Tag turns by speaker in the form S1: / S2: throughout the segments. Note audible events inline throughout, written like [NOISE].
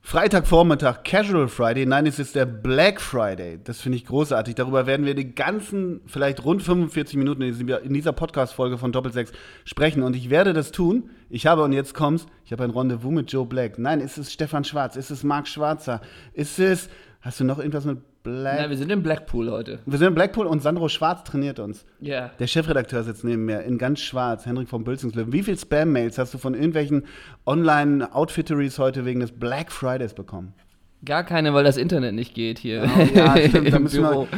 S1: Freitagvormittag, Casual Friday. Nein, es ist der Black Friday. Das finde ich großartig. Darüber werden wir die ganzen, vielleicht rund 45 Minuten in diesem- in dieser Podcast-Folge von Doppelsechs sprechen. Und ich werde das tun. Ich habe, und jetzt kommt's, ich habe ein Rendezvous mit Joe Black. Nein, ist es Stefan Schwarz? Ist es Marc Schwarzer? Ist es, hast du noch irgendwas mit Black?
S2: Na, wir sind in Blackpool heute.
S1: wir sind in Blackpool und Sandro Schwarz trainiert uns.
S2: Ja.
S1: Der Chefredakteur sitzt neben mir in ganz schwarz, Henrik von Bülzingslöwen. Wie viel Spam-Mails hast du von irgendwelchen Online-Outfitteries heute wegen des Black Fridays bekommen?
S2: Gar keine, weil das Internet nicht geht
S1: Genau,
S2: hier.
S1: Ja,
S2: [LAUGHS]
S1: stimmt, da
S2: Im
S1: müssen wir,
S2: Büro.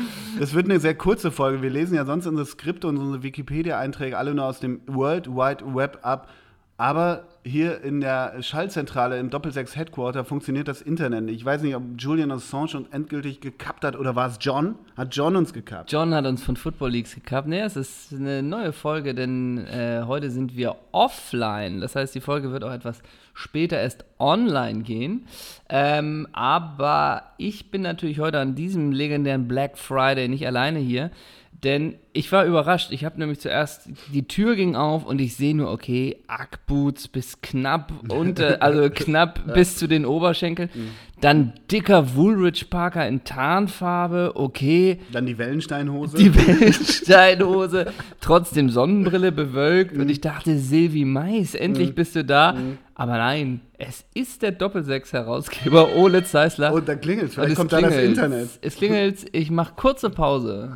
S1: das wird eine sehr kurze Folge. Wir lesen ja sonst unsere Skripte und unsere Wikipedia-Einträge alle nur aus dem World Wide Web ab. Aber hier in der Schallzentrale im Doppelsechs Headquarter funktioniert das Internet nicht. Ich weiß nicht, ob Julian Assange uns endgültig gekappt hat oder war es John? Hat John uns gekappt?
S2: John hat uns von Football Leagues gekappt. Nee, es ist eine neue Folge, denn äh, heute sind wir offline. Das heißt, die Folge wird auch etwas später erst online gehen. Ähm, aber ich bin natürlich heute an diesem legendären Black Friday nicht alleine hier. Denn ich war überrascht. Ich habe nämlich zuerst, die Tür ging auf und ich sehe nur, okay, Ackboots bis knapp unter, also knapp bis zu den Oberschenkeln. Dann dicker Woolrich Parker in Tarnfarbe, okay.
S1: Dann die Wellensteinhose?
S2: Die Wellensteinhose, trotzdem Sonnenbrille bewölkt.
S1: Mhm.
S2: Und ich dachte, Silvi Mais, endlich bist du da. Aber nein, es ist der Doppelsechs-Herausgeber Ole Zeisler.
S1: und dann klingelt
S2: Und
S1: Vielleicht
S2: es
S1: kommt Oh, da das
S2: klingelt's.
S1: Internet.
S2: Es klingelt, ich mache kurze Pause.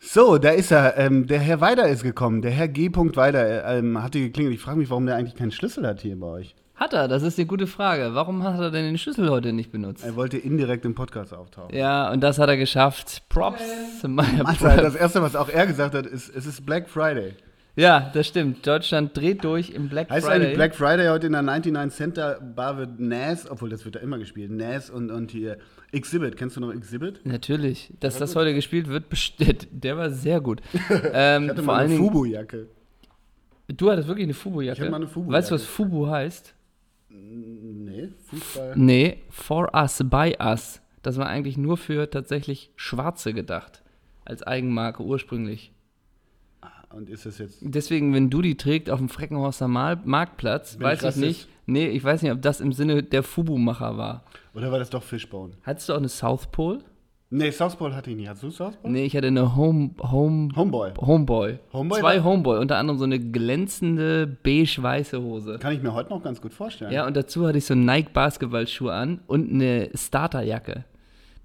S1: So, da ist er. Ähm, der Herr Weider ist gekommen. Der Herr G. Weider äh, ähm, hat hier geklingelt. Ich frage mich, warum der eigentlich keinen Schlüssel hat hier bei euch.
S2: Hat er, das ist eine gute Frage. Warum hat er denn den Schlüssel heute nicht benutzt?
S1: Er wollte indirekt im Podcast auftauchen.
S2: Ja, und das hat er geschafft. Props. Meyer
S1: Also, das Erste, was auch er gesagt hat, ist, es ist Black Friday.
S2: Ja, das stimmt. Deutschland dreht durch im Black
S1: Heißt
S2: Friday.
S1: eigentlich Black Friday heute in der 99 Center Bar wird Nas, obwohl das wird da immer gespielt, Nas und, und hier Exhibit. Kennst du noch Exhibit?
S2: Natürlich, dass das heute gespielt wird, bestimmt. [LAUGHS] Der war sehr gut.
S1: [LAUGHS]
S2: Ähm,
S1: Ich hatte
S2: vor
S1: mal
S2: allen
S1: eine
S2: Dingen,
S1: Fubu-Jacke.
S2: du hattest wirklich eine Fubu-Jacke.
S1: Ich hatte mal eine Fubu-Jacke.
S2: Weißt du, was Fubu heißt?
S1: Nee, Fußball.
S2: Nee, for us, by us. Das war eigentlich nur für tatsächlich Schwarze gedacht. Als Eigenmarke ursprünglich.
S1: Und ist das jetzt.
S2: Deswegen, wenn du die trägst auf dem Freckenhorster Mal Marktplatz,
S1: Bin ich
S2: weiß ich,
S1: Rassist?
S2: nicht. Nee, ich weiß nicht, ob das im Sinne der Fubu-Macher war.
S1: Oder war das doch Fishbone?
S2: Hattest du auch eine South Pole?
S1: Nee, Southpaw hatte ich nie. Hattest du Southpaw?
S2: Nee, ich hatte eine Home, Home,
S1: Homeboy.
S2: Homeboy.
S1: Homeboy
S2: Zwei
S1: war-
S2: Homeboy, unter anderem so eine glänzende beige-weiße Hose.
S1: Kann ich mir heute noch ganz gut vorstellen.
S2: Ja, und dazu hatte ich so Nike Basketballschuhe an und eine Starterjacke.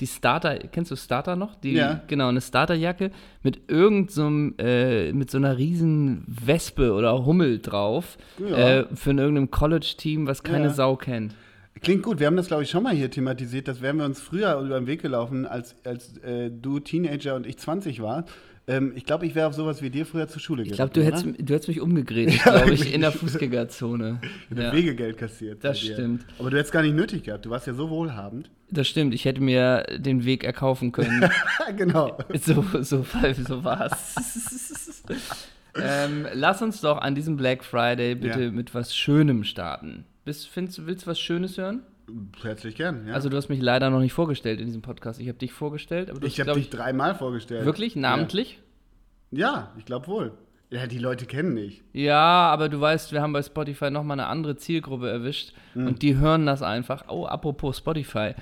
S2: Die Starter, kennst du Starter noch? Die,
S1: Ja.
S2: Genau, eine Starterjacke mit irgend so einem, äh, mit so einer riesen Wespe oder Hummel drauf.
S1: Ja.
S2: Äh, für ein irgendeinem College-Team, was keine
S1: Ja.
S2: Sau kennt.
S1: Klingt gut. Wir haben das, glaube ich, schon mal hier thematisiert. Das wären wir uns früher über den Weg gelaufen, als, als äh, du Teenager und ich 20 war. Ähm, ich glaube, ich wäre auf sowas wie dir früher zur Schule
S2: Ich
S1: gegangen.
S2: glaube, du, hättest,
S1: oder?
S2: du hättest mich umgegrätscht, glaube ich,
S1: wirklich. [LAUGHS]
S2: in der Fußgängerzone.
S1: Ich
S2: Ja.
S1: hab Wegegeld kassiert. bei
S2: Das stimmt.
S1: Aber du hättest gar nicht nötig gehabt. Du warst ja so
S2: [LAUGHS]
S1: wohlhabend.
S2: Das stimmt, ich hätte mir den Weg
S1: [LAUGHS]
S2: erkaufen können.
S1: genau.
S2: So, so, [LAUGHS] so war's. ähm, lass uns doch an diesem Black Friday bitte
S1: Ja.
S2: mit was Schönem starten. Bist, findest, willst du was Schönes hören?
S1: Herzlich gern. Ja.
S2: Also, du hast mich leider noch nicht vorgestellt in diesem Podcast. Ich habe dich vorgestellt, aber du
S1: ich
S2: hast,
S1: habe
S2: glaub
S1: dich dreimal vorgestellt.
S2: wirklich namentlich.
S1: Ja, ja ich glaube wohl. Ja, die Leute kennen dich.
S2: Ja. aber du weißt, wir haben bei Spotify nochmal eine andere Zielgruppe erwischt
S1: Mhm.
S2: und die hören das einfach. Oh, apropos Spotify.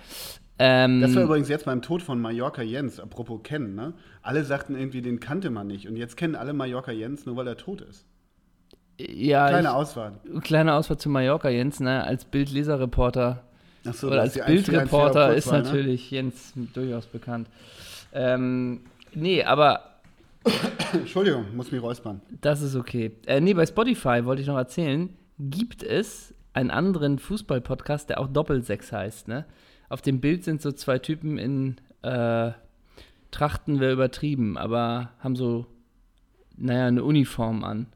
S2: Ähm,
S1: Das war übrigens jetzt beim Tod von Mallorca Jens, apropos kennen, ne? Alle sagten irgendwie, den kannte man nicht. Und jetzt kennen alle Mallorca Jens, nur weil er tot ist.
S2: ja,
S1: Kleine
S2: ich-
S1: Auswahl.
S2: Kleine Ausfahrt zu Mallorca, Jens, ne? als Bildleserreporter
S1: Ach so,
S2: oder
S1: das
S2: als
S1: ist die einzige- einzige
S2: Bildreporter
S1: Kurzwahl, ne?
S2: ist natürlich Jens durchaus bekannt. Ähm, nee, aber
S1: Entschuldigung, muss mich räuspern.
S2: das ist okay. Äh, nee, bei Spotify wollte ich noch erzählen, gibt es einen anderen Fußball-Podcast, der auch Doppelsechs heißt. Ne? Auf dem Bild sind so zwei Typen in äh, Trachten wäre übertrieben, aber haben so, naja, eine Uniform an.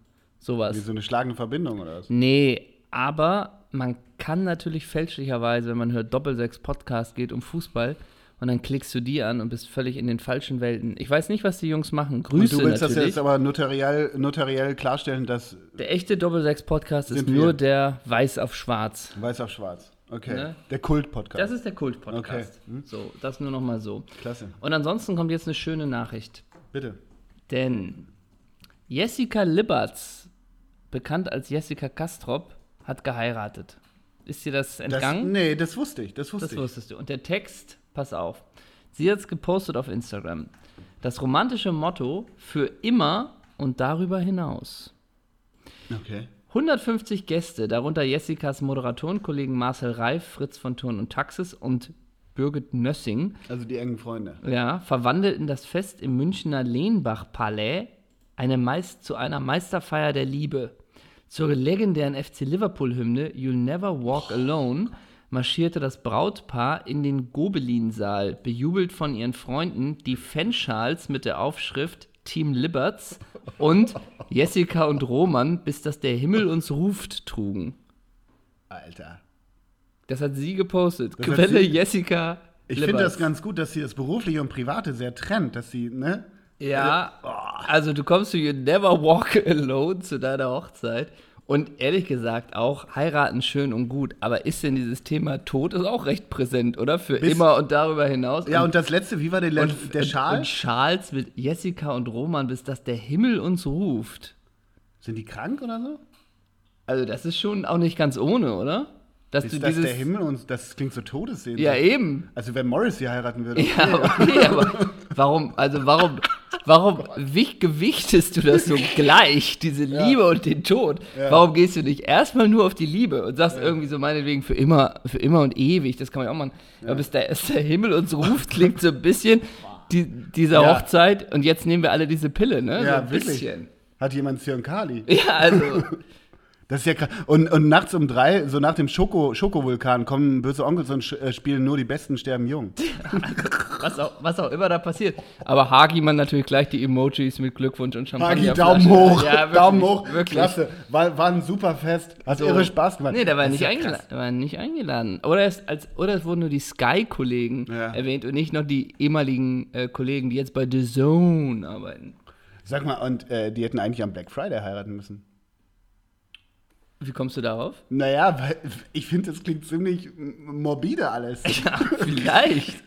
S2: Sowas.
S1: Wie so eine schlagende Verbindung oder was?
S2: Nee, aber man kann natürlich fälschlicherweise, wenn man hört Doppelsechs Podcast geht um Fußball und dann klickst du die an und bist völlig in den falschen Welten. Ich weiß nicht, was die Jungs machen.
S1: Und
S2: Grüße
S1: du willst das
S2: natürlich.
S1: jetzt aber notariell, notariell klarstellen, dass
S2: der echte Doppelsechs Podcast ist
S1: Sind wir.
S2: nur der Weiß auf Schwarz.
S1: weiß auf schwarz. Okay.
S2: Ne?
S1: Der Kult-Podcast.
S2: Das ist der Kult Podcast.
S1: Hm?
S2: So, das nur noch mal so.
S1: Klasse.
S2: Und ansonsten kommt jetzt eine schöne Nachricht.
S1: Bitte.
S2: Denn Jessica Libberts, bekannt als Jessica Kastrop, hat geheiratet. Ist dir das
S1: Das,
S2: entgangen?
S1: nee, das wusste ich, das wusste
S2: das
S1: ich.
S2: wusstest du. Und der Text, pass auf. Sie hat es gepostet auf Instagram. Das romantische Motto für immer und darüber hinaus.
S1: Okay.
S2: 150 Gäste, darunter Jessicas Moderatorenkollegen Marcel Reif, Fritz von Thurn und Taxis und Birgit Nössing,
S1: Also die engen Freunde.
S2: ja, verwandelten das Fest im Münchner Lehnbach-Palais eine meist, zu einer Meisterfeier der Liebe. Zur legendären FC Liverpool-Hymne You'll Never Walk Alone marschierte das Brautpaar in den Gobelin-Saal, bejubelt von ihren Freunden, die Fanschals mit der Aufschrift Team Liberts
S1: [LAUGHS]
S2: und Jessica und Roman, bis dass der Himmel uns ruft, trugen.
S1: Alter.
S2: Das hat sie gepostet.
S1: hat
S2: Quelle
S1: sie-
S2: Jessica.
S1: Ich finde
S2: Liberts.
S1: das ganz gut, dass sie das Berufliche und Private sehr trennt, dass sie, ne?
S2: Ja, also du kommst zu You Never Walk Alone zu deiner Hochzeit. Und ehrlich gesagt auch, heiraten schön und gut, aber ist denn dieses Thema Tod ist auch recht präsent, oder? Für
S1: Bis-
S2: immer und darüber hinaus.
S1: Ja, und das letzte, wie war der,
S2: und-
S1: letzte? der
S2: und-
S1: Schal?
S2: Und Charles mit Jessica und Roman, bis dass der Himmel uns ruft.
S1: Sind die krank oder so?
S2: Also das ist schon auch nicht ganz ohne, oder? Dass
S1: Ist
S2: du
S1: das
S2: dieses...
S1: der Himmel und das klingt so todessehnlich.
S2: ja, eben.
S1: Also wenn Morrissey heiraten [LAUGHS] würde.
S2: Ja, okay, aber warum, also warum, warum wich- gewichtest
S1: [LAUGHS]
S2: du das so gleich, diese Liebe und den Tod? Warum gehst du nicht erstmal nur auf die Liebe und sagst irgendwie so meinetwegen für immer, für immer und ewig, das kann man ja auch machen. Aber bis der, bis der Himmel uns ruft, klingt so ein bisschen die, dieser
S1: Ja.
S2: Hochzeit und jetzt nehmen wir alle diese Pille, ne? so
S1: Ja,
S2: ein
S1: wirklich.
S2: bisschen.
S1: Hat jemand Zyankali?
S2: Ja, also,
S1: Das ist ja krass. Und, und nachts um drei, so nach dem Schoko, Schoko-Vulkan, kommen böse Onkels und sch äh, spielen nur die Besten sterben jung.
S2: was auch, was auch immer da passiert. Aber Hagi man natürlich gleich die Emojis mit Glückwunsch und
S1: Hagi,
S2: Champagner.
S1: Daumen hoch,
S2: Ja, wirklich,
S1: Daumen hoch.
S2: Wirklich.
S1: Klasse. War, war ein super Fest. Hat
S2: So.
S1: irre Spaß gemacht.
S2: Nee, da war er
S1: Das
S2: nicht,
S1: ist ja
S2: eingeladen,
S1: krass.
S2: da war er nicht eingeladen. Oder es, als, oder es wurden nur die Sky-Kollegen
S1: Ja.
S2: erwähnt und nicht noch die ehemaligen äh, Kollegen, die jetzt bei The Zone arbeiten.
S1: Sag mal, und äh, die hätten eigentlich am Black Friday heiraten müssen.
S2: Wie kommst
S1: [LAUGHS]
S2: du darauf?
S1: Naja, weil ich finde, das klingt ziemlich m- morbide alles.
S2: [LAUGHS] Ja, vielleicht.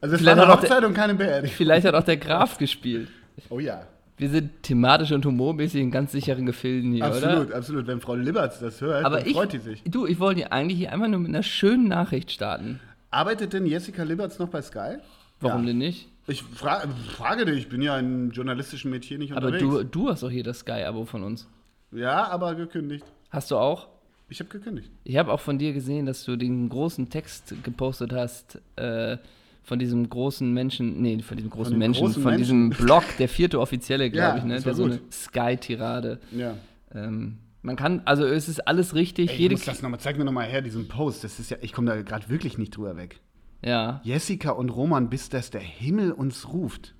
S1: Also es war
S2: Vielleicht
S1: eine
S2: hat er-
S1: Hochzeit und keine Beerdigung.
S2: vielleicht hat auch der Graf gespielt.
S1: Oh ja.
S2: Wir sind thematisch und humormäßig in ganz sicheren Gefilden hier,
S1: Absolut,
S2: oder?
S1: absolut. Wenn Frau Liberts das hört,
S2: Aber
S1: dann
S2: ich,
S1: freut sie sich.
S2: du, ich wollte hier eigentlich hier einmal nur mit einer schönen Nachricht starten.
S1: Arbeitet denn Jessica Liberts noch bei Sky?
S2: Warum
S1: Ja.
S2: denn nicht?
S1: Ich fra frage dich, ich bin ja im journalistischen Metier nicht
S2: Aber
S1: unterwegs.
S2: du, du hast doch hier das Sky-Abo von uns.
S1: Ja, aber gekündigt.
S2: Hast du auch?
S1: Ich habe gekündigt.
S2: Ich habe auch von dir gesehen, dass du den großen Text gepostet hast äh, von diesem großen Menschen, nee, von diesem großen
S1: dem
S2: Menschen,
S1: großen
S2: von diesem Blog, der vierte offizielle,
S1: [LAUGHS] Ja,
S2: glaube ich, ne?
S1: das war
S2: Der so eine
S1: gut.
S2: Sky-Tirade.
S1: Ja.
S2: Ähm, man kann, also es ist alles richtig,
S1: Ey, ich
S2: jede
S1: muss das noch mal, zeig mir nochmal her, diesen Post. Das ist ja, ich komme da gerade wirklich nicht drüber weg.
S2: ja.
S1: Jessica und Roman, bis dass der Himmel uns ruft.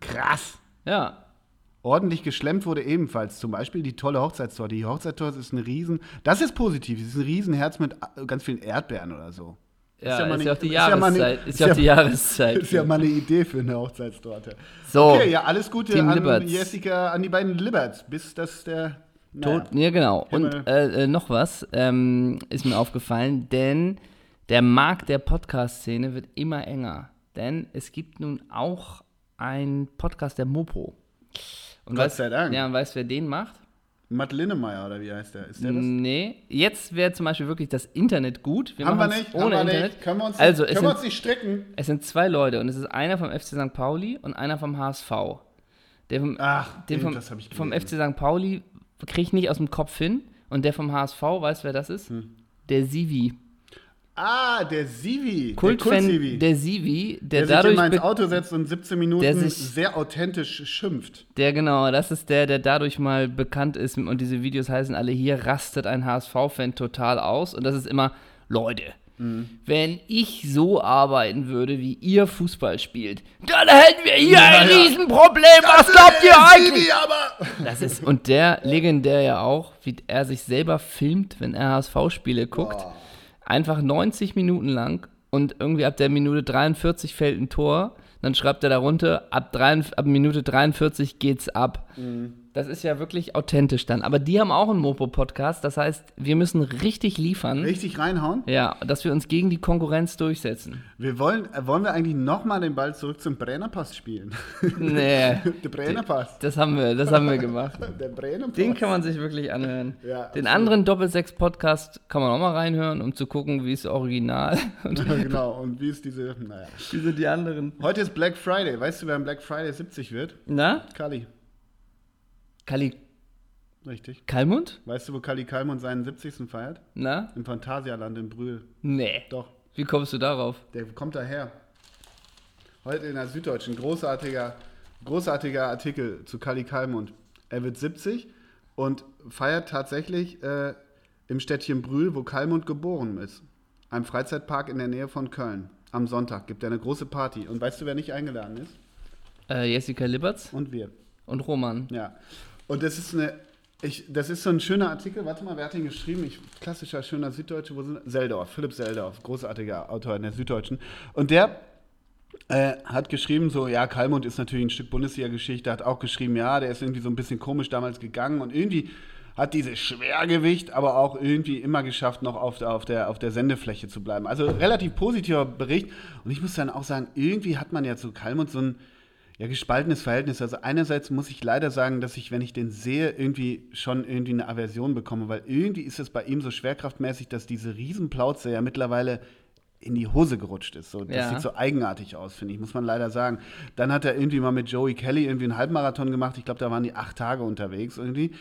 S1: Krass.
S2: Ja.
S1: Ordentlich geschlemmt wurde ebenfalls zum Beispiel die tolle Hochzeitstorte. Die Hochzeitstorte ist ein Riesen, das ist positiv, es ist ein Riesenherz mit äh, ganz vielen Erdbeeren oder so.
S2: Ja,
S1: ja mal
S2: ist
S1: ne-
S2: ja auch die
S1: ist ja mal ne-
S2: Jahreszeit. Ist
S1: ist
S2: ja
S1: ja-
S2: auch die Jahreszeit.
S1: [LAUGHS] Ist ja mal eine Idee für eine Hochzeitstorte.
S2: So,
S1: Okay, ja, alles Gute
S2: Team
S1: an
S2: Liberts.
S1: Jessica, an die beiden Liberts, bis dass der naja.
S2: Tot, ja, genau.
S1: Himmel.
S2: Und äh, äh, noch was ähm, ist mir aufgefallen, denn der Markt der Podcast-Szene wird immer enger. Denn es gibt nun auch einen Podcast der Mopo. Und
S1: Gott
S2: weißt-
S1: sei Dank.
S2: Ja, und weißt wer den macht?
S1: Matt Linnemeyer oder wie heißt der? Ist der das?
S2: Nee. Jetzt wäre zum Beispiel wirklich das Internet gut. Wir
S1: Haben wir
S2: machen's
S1: nicht,
S2: ohne
S1: haben wir
S2: Internet.
S1: nicht. Können wir uns,
S2: also, es
S1: können wir uns
S2: sind,
S1: nicht stricken?
S2: es sind zwei Leute und es ist einer vom FC St. Pauli und einer vom HSV. Der vom,
S1: Ach,
S2: den
S1: nee,
S2: vom,
S1: das habe ich
S2: vom
S1: gelesen.
S2: FC St. Pauli kriege ich nicht aus dem Kopf hin. Und der vom HSV, weißt du, wer das ist?
S1: Hm.
S2: Der Sivi.
S1: Ah, der Sivi.
S2: Kultfan
S1: der
S2: der,
S1: Kult-Sivi.
S2: Sivi,
S1: Der
S2: der,
S1: sich immer
S2: dadurch,
S1: ins
S2: be-
S1: Auto setzt und 17 Minuten
S2: Der sich-
S1: sehr authentisch schimpft.
S2: der genau, das ist der, der dadurch mal bekannt ist und diese Videos heißen alle hier rastet ein HSV-Fan total aus und das ist immer Leute.
S1: Hm.
S2: Wenn ich so arbeiten würde, wie ihr Fußball spielt, dann hätten wir hier ein
S1: ja.
S2: Riesenproblem. Was glaubt ihr
S1: Der
S2: eigentlich?
S1: Sivi aber!
S2: Das ist und der legendär ja auch, wie er sich selber filmt, wenn er HSV-Spiele guckt. Einfach 90 Minuten lang und irgendwie ab der Minute 43 fällt ein Tor. Dann schreibt er darunter, ab, drei, ab Minute 43 geht's ab. Das ist ja wirklich authentisch dann. Aber die haben auch einen Mopo-Podcast. Das heißt, wir müssen richtig liefern.
S1: Richtig reinhauen.
S2: Ja, dass wir uns gegen die Konkurrenz durchsetzen.
S1: Wir wollen, äh, wollen wir eigentlich nochmal den Ball zurück zum Brennerpass spielen?
S2: Nee.
S1: [LAUGHS] Der Brennerpass.
S2: Das haben wir, das haben wir gemacht.
S1: [LAUGHS] Der Brennerpass.
S2: Den
S1: [LAUGHS]
S2: kann man sich wirklich anhören.
S1: Ja,
S2: Den
S1: absolut.
S2: anderen Doppelsechs-Podcast kann man auch mal reinhören, um zu gucken, wie ist original und
S1: genau, [LAUGHS] und wie ist diese, naja.
S2: wie sind die anderen.
S1: Heute ist Black Friday. Weißt du, wer am Black Friday 70 wird?
S2: Na?
S1: Kali.
S2: Kali
S1: Richtig.
S2: Kalmund?
S1: Weißt du, wo Kali Kalmund seinen 70. feiert?
S2: Na?
S1: Im Phantasialand in Brühl.
S2: Nee.
S1: Doch,
S2: Wie kommst du darauf?
S1: der kommt daher. Heute in der Süddeutschen. Großartiger, großartiger Artikel zu Kali Kalmund. Er wird 70 und feiert tatsächlich äh, im Städtchen Brühl, wo Kalmund geboren ist. Einem Freizeitpark in der Nähe von Köln. Am Sonntag gibt er eine große Party. Und weißt du, wer nicht eingeladen ist?
S2: Äh, Jessica Liberts
S1: Und wir.
S2: und Roman.
S1: Ja. Und das ist eine. Ich, das ist so ein schöner Artikel. Warte mal, wer hat den geschrieben? Ich, klassischer, schöner Süddeutsche. Wo sind, Seldorf, Philipp Seldorf, großartiger Autor in der Süddeutschen. Und der äh, hat geschrieben, so, ja, Kalmund ist natürlich ein Stück Bundesliga-Geschichte, hat auch geschrieben, ja, der ist irgendwie so ein bisschen komisch damals gegangen und irgendwie hat dieses Schwergewicht aber auch irgendwie immer geschafft, noch auf der, auf der, auf der Sendefläche zu bleiben. Also relativ positiver Bericht. Und ich muss dann auch sagen, irgendwie hat man ja zu Kalmund so ein ja, gespaltenes Verhältnis. Also einerseits muss ich leider sagen, dass ich, wenn ich den sehe, irgendwie schon irgendwie eine Aversion bekomme, weil irgendwie ist es bei ihm so schwerkraftmäßig, dass diese Riesenplauze ja mittlerweile in die Hose gerutscht ist. So, das
S2: Ja.
S1: sieht so eigenartig aus, finde ich, muss man leider sagen. Dann hat er irgendwie mal mit Joey Kelly irgendwie einen Halbmarathon gemacht. Ich glaube, da waren die acht Tage unterwegs irgendwie.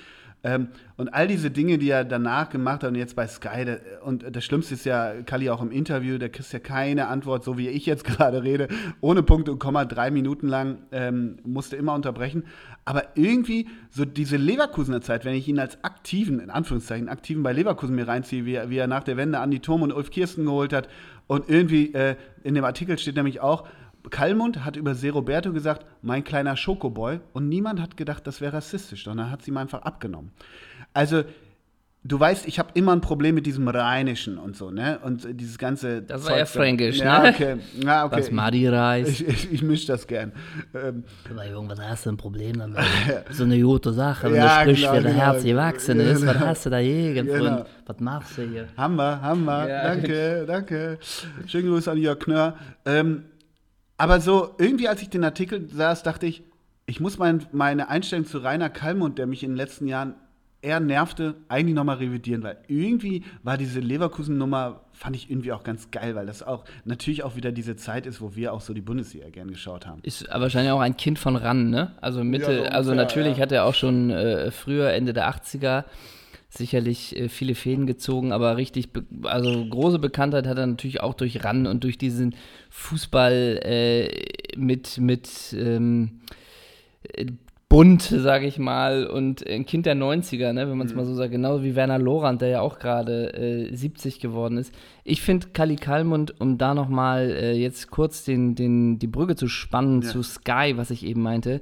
S1: Ähm, und all diese Dinge, die er danach gemacht hat und jetzt bei Sky, da, und das Schlimmste ist ja, Kali auch im Interview, der kriegt ja keine Antwort, so wie ich jetzt [LAUGHS] gerade rede, ohne Punkt und Komma, drei Minuten lang, ähm, musste immer unterbrechen. Aber irgendwie, so diese Leverkusener Zeit, wenn ich ihn als aktiven, in Anführungszeichen, aktiven bei Leverkusen mir reinziehe, wie, er- wie er nach der Wende Andi Thom und Ulf Kirsten geholt hat und irgendwie, äh, in dem Artikel steht nämlich auch, Kalmund hat über Seroberto gesagt, mein kleiner Schokoboy, und niemand hat gedacht, das wäre rassistisch, sondern hat sie ihm einfach abgenommen. Also, du weißt, ich habe immer ein Problem mit diesem Rheinischen und so, ne? Und äh, dieses ganze.
S2: Das war
S1: Zeug
S2: ja
S1: da.
S2: fränkisch,
S1: ja,
S2: ne?
S1: Okay. Ja, okay.
S2: Was Madi reist.
S1: ich ich, ich mische das gern. Ähm,
S3: Aber Junge, was hast du ein Problem
S1: [LAUGHS]
S3: damit? So eine gute Sache, wenn
S1: Ja,
S3: du sprichst,
S1: genau,
S3: wie dein
S1: genau.
S3: Herz gewachsen ist. Was
S1: Genau.
S3: hast du da irgendwo?
S1: Genau.
S3: Was machst du hier?
S1: Hammer, Hammer.
S2: Ja.
S1: Danke, danke. Schönen Gruß an Jörg Knör. Ähm, aber so, irgendwie, als ich den Artikel saß, dachte ich, ich muss mein, meine Einstellung zu Rainer Kallmund, der mich in den letzten Jahren eher nervte, eigentlich nochmal revidieren, weil irgendwie war diese Leverkusen-Nummer, fand ich irgendwie auch ganz geil, weil das auch natürlich auch wieder diese Zeit ist, wo wir auch so die Bundesliga gern geschaut haben.
S2: Ist wahrscheinlich auch ein Kind von Ran, ne? Also Mitte,
S1: Ja, so ungefähr,
S2: also natürlich
S1: ja.
S2: hat er auch schon äh, früher, Ende der 80er, sicherlich äh, viele Fäden gezogen, aber richtig, be also große Bekanntheit hat er natürlich auch durch Ran und durch diesen Fußball äh, mit, mit ähm, äh, bunt, sage ich mal, und ein Kind der 90er, ne, wenn man es mal so sagt, genauso wie Werner Lorand, der ja auch gerade äh, 70 geworden ist. Ich finde Kali Kalmund, um da nochmal äh, jetzt kurz den, den, die Brücke zu spannen zu Sky, was ich eben meinte,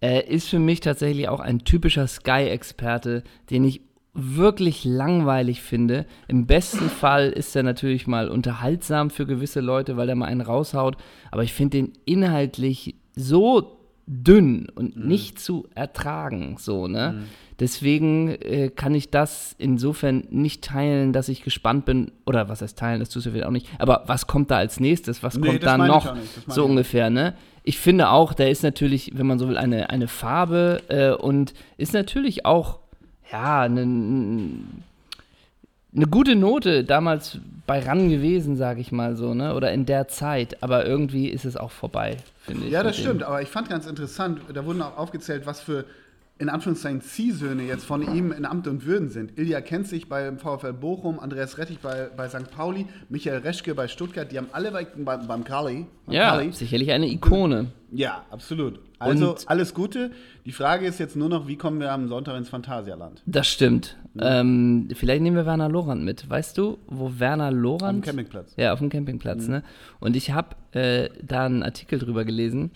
S2: äh, ist für mich tatsächlich auch ein typischer Sky-Experte, den ich wirklich langweilig finde. Im besten Fall ist er natürlich mal unterhaltsam für gewisse Leute, weil er mal einen raushaut, aber ich finde den inhaltlich so dünn und
S1: Mhm.
S2: nicht zu ertragen, so, ne? Deswegen äh, kann ich das insofern nicht teilen, dass ich gespannt bin, oder was heißt teilen, das tust du vielleicht auch nicht, aber was kommt da als nächstes, was
S1: Nee,
S2: kommt
S1: das
S2: da
S1: meine ich
S2: noch,
S1: auch nicht, das meine
S2: so
S1: ich auch nicht.
S2: ungefähr, ne? Ich finde auch, der ist natürlich, wenn man so will, eine, eine Farbe äh, und ist natürlich auch, ja, eine eine gute Note damals bei ran gewesen, sage ich mal so, ne? Oder in der Zeit, aber irgendwie ist es auch vorbei, finde ich.
S1: Ja, das
S2: mit dem-
S1: stimmt, aber ich fand ganz interessant, da wurden auch aufgezählt, was für in Anführungszeichen Ziehsöhne jetzt von ihm in Amt und Würden sind. Ilja Kenzig beim VfL Bochum, Andreas Rettig bei, bei St. Pauli, Michael Reschke bei Stuttgart, die haben alle bei, bei, beim Kali. beim
S2: Ja,
S1: Kali.
S2: sicherlich eine Ikone.
S1: ja, absolut. Also
S2: Und-
S1: alles Gute. Die Frage ist jetzt nur noch, wie kommen wir am Sonntag ins Phantasialand?
S2: Das stimmt. Ähm, vielleicht nehmen wir Werner Lorand mit. Weißt du, wo Werner
S1: Am
S2: Lorand.
S1: Campingplatz.
S2: Ja, auf dem Campingplatz, ne? Und ich habe äh, da einen Artikel drüber gelesen.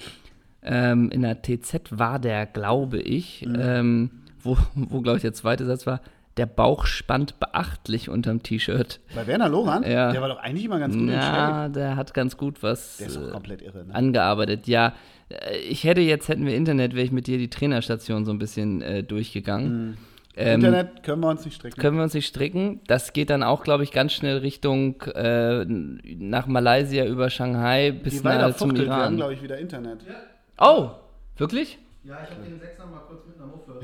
S2: Ähm, Mhm. in der TZ war der, glaube ich, ähm, wo, wo glaube ich, der zweite Satz war, Der Bauch spannt beachtlich unterm T-Shirt.
S1: Bei Werner Loran,
S2: Ja.
S1: der war doch eigentlich immer ganz gut in Shape.
S2: Na, der hat ganz gut was
S1: Der ist doch
S2: äh,
S1: komplett irre. Ne?
S2: angearbeitet. Ja, äh, ich hätte jetzt, hätten wir Internet, wäre ich mit dir die Trainerstation so ein bisschen äh, durchgegangen. Ähm,
S1: Internet können wir uns nicht stricken.
S2: Können wir uns nicht stricken. Das geht dann auch, glaube ich, ganz schnell Richtung äh, nach Malaysia über Shanghai bis
S1: Die
S2: nahe
S1: weiter
S2: zum
S1: fuchtelt, wir haben,
S2: Iran.
S1: glaube ich, wieder Internet.
S2: Oh, wirklich?
S4: Ja, ich habe den Sechser mal kurz mit einer Muffe.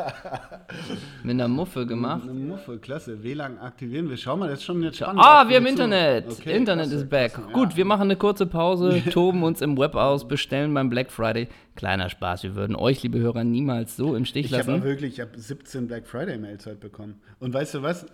S2: [LAUGHS] Mit einer Muffe gemacht.
S1: Eine Muffe, klasse. WLAN aktivieren wir. Schau mal, das ist schon jetzt spannend.
S2: Ah,
S1: Auf
S2: wir haben
S1: zu.
S2: Internet.
S1: Okay,
S2: Internet
S1: klasse,
S2: ist back.
S1: klasse, ja.
S2: Gut, wir machen eine kurze Pause, toben uns im Web aus, bestellen beim Black Friday. Kleiner Spaß, wir würden euch, liebe Hörer, niemals so im Stich
S1: Ich habe
S2: lassen.
S1: wirklich, ich habe 17 Black Friday Mails heute bekommen. Und weißt du was?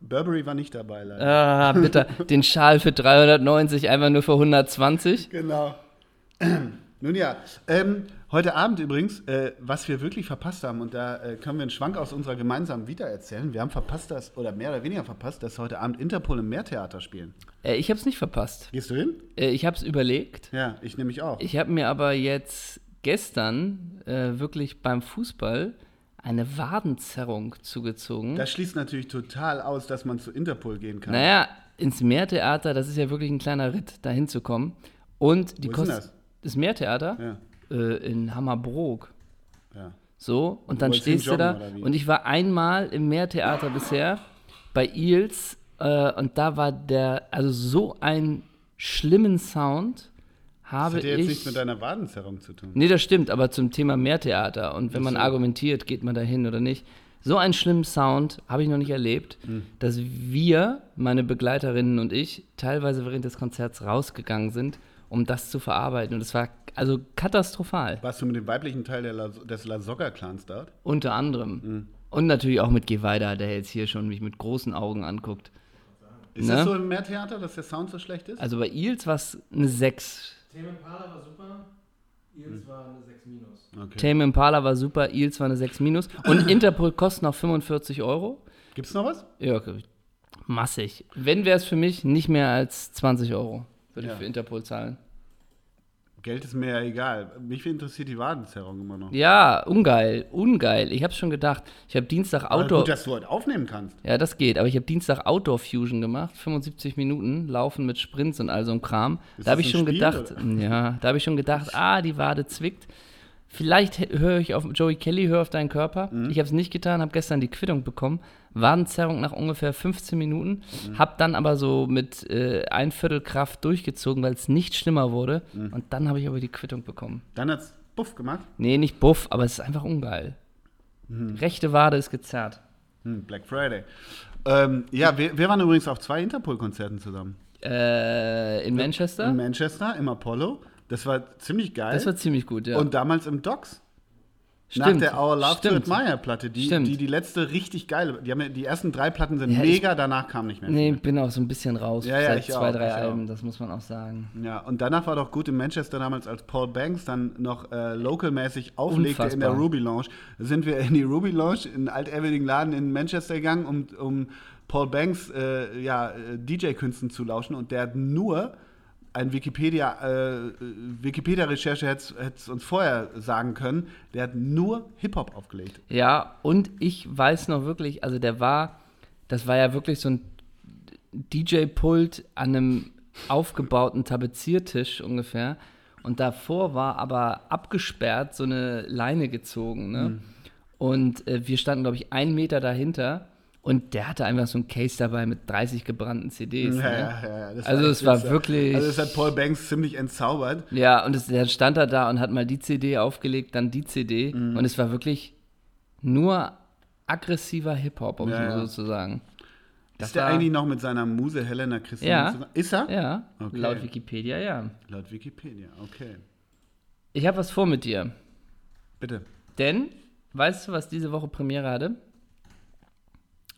S1: Burberry war nicht dabei, leider.
S2: Ah, bitter. Den Schal für 390, einfach nur für 120.
S1: Genau. [CLEARS THROAT] Nun ja, ähm, heute Abend übrigens, äh, was wir wirklich verpasst haben, und da äh, können wir einen Schwank aus unserer gemeinsamen Vita erzählen. Wir haben verpasst, dass, oder mehr oder weniger verpasst, dass heute Abend Interpol im Meertheater spielen.
S2: Äh, ich habe es nicht verpasst.
S1: Gehst du hin?
S2: Äh, ich habe es überlegt.
S1: Ja, ich nehme mich auch.
S2: Ich habe mir aber jetzt gestern äh, wirklich beim Fußball eine Wadenzerrung zugezogen.
S1: Das schließt natürlich total aus, dass man zu Interpol gehen kann.
S2: Naja, ins Meertheater, das ist ja wirklich ein kleiner Ritt, da hinzukommen. Und die
S1: Wo ist denn
S2: Kosten. Das Meertheater
S1: Ja,
S2: äh, in Hammerbrook.
S1: ja.
S2: So, und dann
S1: wolltest hin
S2: stehst du da.
S1: joggen, oder wie?
S2: Und ich war einmal im Meertheater bisher bei Eels äh, und da war der, also so einen schlimmen Sound
S1: Das
S2: habe
S1: hat ja jetzt
S2: Äh, ich.
S1: nichts mit deiner Wadenzerrung zu tun.
S2: Nee, das stimmt, aber zum Thema Mehrtheater und wenn man
S1: so.
S2: argumentiert, geht man da hin oder nicht. So einen schlimmen Sound habe ich noch nicht erlebt, dass wir, meine Begleiterinnen und ich, teilweise während des Konzerts rausgegangen sind, um das zu verarbeiten. Und es war also katastrophal,
S1: Warst du mit dem weiblichen Teil der La des Lasogga-Clans dort?
S2: unter anderem. Und natürlich auch mit Geweida, der jetzt hier schon mich mit großen Augen anguckt.
S1: Ist
S2: Ne?
S1: das so im Meertheater, dass der Sound so schlecht ist?
S2: Also bei Eels war es eine 6.
S4: Tame Impala war super, Eels war eine 6 minus.
S1: Okay.
S2: Tame Impala war super, Eels war eine 6 minus. Und Interpol kostet noch 45 Euro.
S1: Gibt's noch was?
S2: Ja, okay. massig. Wenn wäre es für mich nicht mehr als 20 Euro, würde
S1: Ja.
S2: ich für Interpol zahlen.
S1: Geld ist mir ja egal. Mich interessiert die Wadenzerrung immer noch.
S2: Ja, ungeil, ungeil. Ich habe schon gedacht, ich habe Dienstag
S1: Aber
S2: Outdoor.
S1: Gut, dass du heute aufnehmen kannst.
S2: ja, das geht, aber ich habe Dienstag Outdoor Fusion gemacht, 75 Minuten laufen mit Sprints und all so einem Kram.
S1: Ist
S2: da habe
S1: das
S2: ich
S1: ein
S2: schon
S1: Spiel,
S2: gedacht, [LAUGHS] ja, da habe ich schon gedacht, ah, die Wade zwickt. Vielleicht hä- höre ich auf Joey Kelly, höre auf deinen Körper.
S1: Mhm.
S2: Ich habe es nicht getan, habe gestern die Quittung bekommen. Wadenzerrung nach ungefähr 15 Minuten.
S1: Mhm.
S2: Habe dann aber so mit äh, ein Viertel Kraft durchgezogen, weil es nicht schlimmer wurde.
S1: Mhm.
S2: Und dann habe ich aber die Quittung bekommen.
S1: Dann hat's buff gemacht.
S2: Nee, nicht buff, aber es ist einfach ungeil.
S1: Mhm.
S2: Rechte Wade ist gezerrt.
S1: Hm, Black Friday. Ähm, ja, wir, wir waren übrigens auf zwei Interpol-Konzerten zusammen.
S2: Äh, in Manchester?
S1: In Manchester, im Apollo. Das war ziemlich geil.
S2: Das war ziemlich gut, ja.
S1: Und damals im Docks. Nach
S2: Stimmt,
S1: der Our Love to
S2: stimmt.
S1: Admire Platte, die,
S2: Stimmt.
S1: die die letzte richtig geile. Die, haben ja, die ersten drei Platten sind
S2: Ja, ich-
S1: mega, danach kam nicht mehr.
S2: Nee, bin auch so ein bisschen raus
S1: Ja, ja,
S2: seit
S1: ich
S2: zwei,
S1: auch,
S2: drei
S1: ich auch.
S2: Alben, das muss man auch sagen.
S1: Ja, und danach war doch gut in Manchester damals, als Paul Banks dann noch äh, localmäßig auflegte in der
S2: Unfassbar.
S1: Ruby Lounge. Sind wir in die Ruby Lounge, in altehrwürdigen Laden in Manchester gegangen, um, um Paul Banks äh, ja, äh, DJ-Künsten zu lauschen. Und der hat nur ein Wikipedia, äh, Wikipedia-Recherche hätte es uns vorher sagen können, der hat nur Hip-Hop aufgelegt.
S2: Ja, und ich weiß noch wirklich, also der war, das war ja wirklich so ein DJ-Pult an einem aufgebauten Tapeziertisch ungefähr. Und davor war aber abgesperrt so eine Leine gezogen. Ne?
S1: Hm.
S2: Und äh, wir standen, glaube ich, einen Meter dahinter. Und der hatte einfach so ein Case dabei mit 30 gebrannten CDs.
S1: Ja,
S2: ne?
S1: ja, ja, das
S2: Also es
S1: echt
S2: war
S1: witzig.
S2: wirklich-
S1: Also das hat Paul Banks ziemlich entzaubert.
S2: Ja, und es, dann stand er da und hat mal die CD aufgelegt, dann die CD.
S1: Mhm.
S2: Und es war wirklich nur aggressiver Hip-Hop, um es
S1: Ja,
S2: mal
S1: ja.
S2: so zu sagen. Das
S1: ist der
S2: war-
S1: eigentlich noch mit seiner Muse Helena Christian
S2: Ja.
S1: zusammen? Ist er?
S2: Ja,
S1: Okay.
S2: laut Wikipedia, ja.
S1: Laut Wikipedia, okay.
S2: Ich habe was vor mit dir.
S1: Bitte.
S2: Denn, weißt du, was diese Woche Premiere hatte?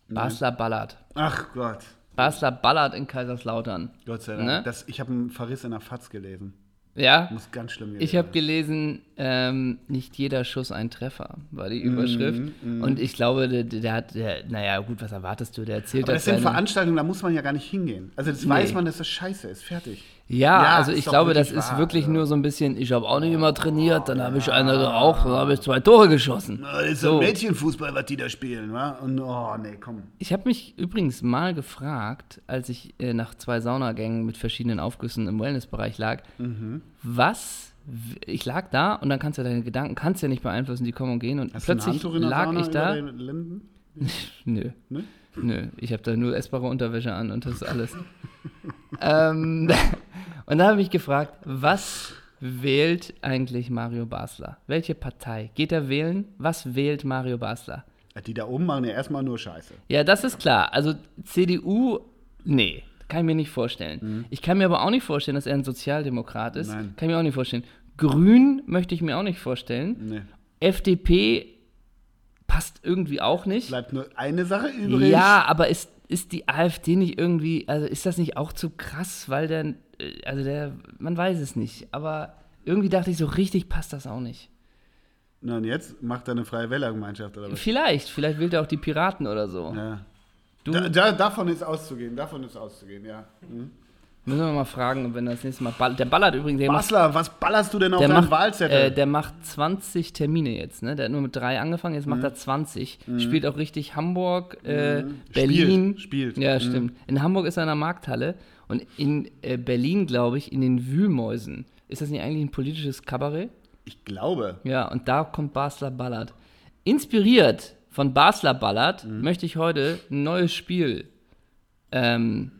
S2: Basler Ballard.
S1: Ach Gott.
S2: Basler Ballard in Kaiserslautern.
S1: Gott sei Dank.
S2: Ne?
S1: Das, ich habe einen Verriss in der Fatz gelesen.
S2: Ja,
S1: Muss ganz schlimm gewesen
S2: Ich habe
S1: sein.
S2: gelesen, ähm, nicht jeder Schuss ein Treffer, war die Überschrift.
S1: Mhm,
S2: Und ich glaube, der, der hat, der, naja, gut, was erwartest du? Der erzählt
S1: Aber das
S2: dass
S1: sind
S2: seine-
S1: Veranstaltungen, da muss man ja gar nicht hingehen. Also das
S2: Nee.
S1: weiß man, dass das scheiße ist. Fertig.
S2: Ja,
S1: Ja,
S2: also
S1: ist
S2: ich
S1: doch
S2: glaube, das
S1: wirklich
S2: ist
S1: wahr, also.
S2: wirklich nur so ein bisschen, ich habe auch nicht immer trainiert, dann habe ich einer geraucht, dann habe ich zwei Tore geschossen.
S1: Das ist
S2: So.
S1: so Also Mädchenfußball, was die da spielen, wa? Und oh, nee, komm.
S2: Ich habe mich übrigens mal gefragt, als ich äh, nach zwei Saunagängen mit verschiedenen Aufgüssen im Wellnessbereich lag,
S1: Mhm.
S2: was, w- ich lag da und dann kannst du deine Gedanken, kannst du ja nicht beeinflussen, die kommen und gehen und
S1: Hast du ein
S2: plötzlich
S1: Handtuch in der
S2: lag
S1: Sauna
S2: ich da.
S1: über den Linden?
S2: Nö.
S1: Ne?
S2: Nö, ich habe da nur essbare Unterwäsche an und das ist alles. [LAUGHS] ähm, [LAUGHS] und da habe ich gefragt, was wählt eigentlich Mario Basler? Welche Partei? Geht er wählen? Was wählt Mario Basler?
S1: Die da oben machen ja erstmal nur Scheiße.
S2: Ja, das ist klar. Also CDU, nee, kann ich mir nicht vorstellen. Ich kann mir aber auch nicht vorstellen, dass er ein Sozialdemokrat ist.
S1: Mhm. Nein.
S2: Kann ich mir auch nicht vorstellen. Grün möchte ich mir auch nicht vorstellen.
S1: Nee.
S2: FDP passt irgendwie auch nicht.
S1: Bleibt nur eine Sache übrig.
S2: Ja, aber ist, ist die AfD nicht irgendwie, also ist das nicht auch zu krass, weil der, äh, also der, man weiß es nicht, aber irgendwie dachte ich so, richtig passt das auch nicht.
S1: Na und jetzt macht er eine freie Wählergemeinschaft oder was?
S2: Vielleicht, vielleicht wählt er auch die Piraten oder so.
S1: Ja.
S2: Du,
S1: Da, da, davon ist auszugehen, davon ist auszugehen, ja.
S2: müssen wir mal fragen, wenn er das nächste Mal ballert. Der ballert übrigens, der macht,
S1: Basler, was ballerst du denn genau auf
S2: der,
S1: deinen
S2: macht, äh,
S1: Wahlzettel?
S2: der macht 20 Termine jetzt, ne? Der hat nur mit drei angefangen, jetzt
S1: Mhm.
S2: macht er 20. Spielt auch richtig Hamburg, äh, Berlin.
S1: spielt. Mhm.
S2: Ja, stimmt. In Hamburg ist er in der Markthalle und in äh, Berlin, glaube ich, in den Wühlmäusen. Ist das nicht eigentlich ein politisches Kabarett?
S1: ich glaube.
S2: Ja, und da kommt Basler Ballard. Inspiriert von Basler Ballard
S1: Mhm.
S2: möchte ich heute ein neues Spiel ähm,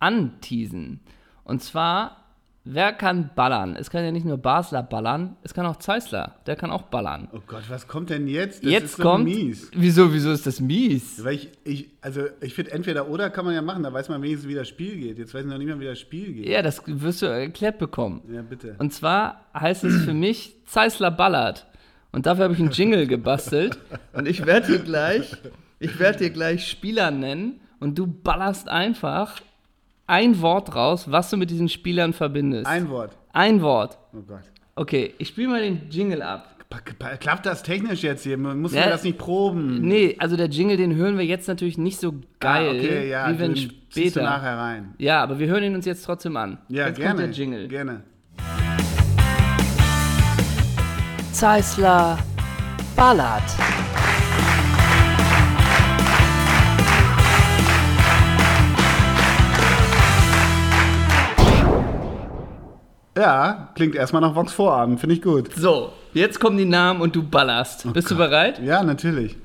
S2: anteasen. Und zwar, wer kann ballern? Es kann ja nicht nur Basler ballern, es kann auch Zeissler. Der kann auch ballern.
S1: Oh Gott, was kommt denn jetzt? Das
S2: Jetzt
S1: ist so
S2: kommt.
S1: mies.
S2: Wieso, wieso ist das mies?
S1: Weil ich, ich, also ich finde, entweder oder kann man ja machen, da weiß man wenigstens, wie das Spiel geht. Jetzt weiß ich noch nicht mal, wie das Spiel geht.
S2: Ja, das wirst du erklärt bekommen.
S1: Ja, bitte.
S2: Und zwar heißt es für mich Zeissler Ballard. Und dafür habe ich einen Jingle gebastelt. Und ich werde dir gleich, ich werde dir gleich Spieler nennen und du ballerst einfach ein Wort raus, was du mit diesen Spielern verbindest.
S1: Ein Wort.
S2: Ein Wort.
S1: Oh Gott.
S2: Okay, ich spiele mal den Jingle ab.
S1: Pa- pa- Klappt das technisch jetzt hier? Man muss
S2: Ja.
S1: man das nicht proben?
S2: Nee, also der Jingle, den hören wir jetzt natürlich nicht so geil,
S1: Ah, okay, ja,
S2: wie wenn
S1: den ziehst du
S2: später.
S1: nachher rein.
S2: Ja, aber wir hören ihn uns jetzt trotzdem an.
S1: Ja,
S2: jetzt
S1: gerne.
S2: kommt der Jingle.
S1: Gerne.
S5: Zeissler Ballard.
S1: Ja, klingt erstmal nach Vox Vorabend, finde ich gut.
S2: So, jetzt kommen die Namen und du ballerst.
S1: Oh
S2: Bist du bereit?
S1: Ja, natürlich.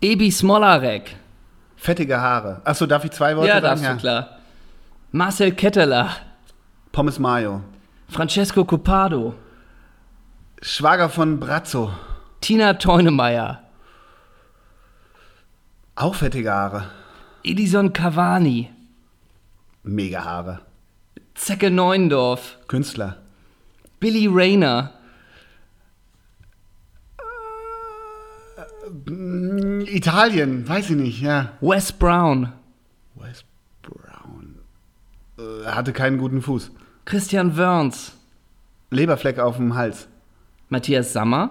S2: Ebi Smolarek.
S1: Fettige Haare. Achso, darf ich zwei Worte
S2: Ja,
S1: sagen?
S2: darfst du, klar. Marcel Ketteler.
S1: Pommes Mayo.
S2: Francesco Copado.
S1: Schwager von Brazzo.
S2: Tina Teunemeyer.
S1: Auch fettige Haare.
S2: Edison Cavani.
S1: Mega Haare.
S2: Zecke Neundorf.
S1: Künstler.
S2: Billy Rayner.
S1: Mm, Italien, weiß ich nicht, ja.
S2: Wes Brown.
S1: Wes Brown. Äh, Hatte keinen guten Fuß.
S2: Christian Wörns.
S1: Leberfleck auf dem Hals.
S2: Matthias Sammer.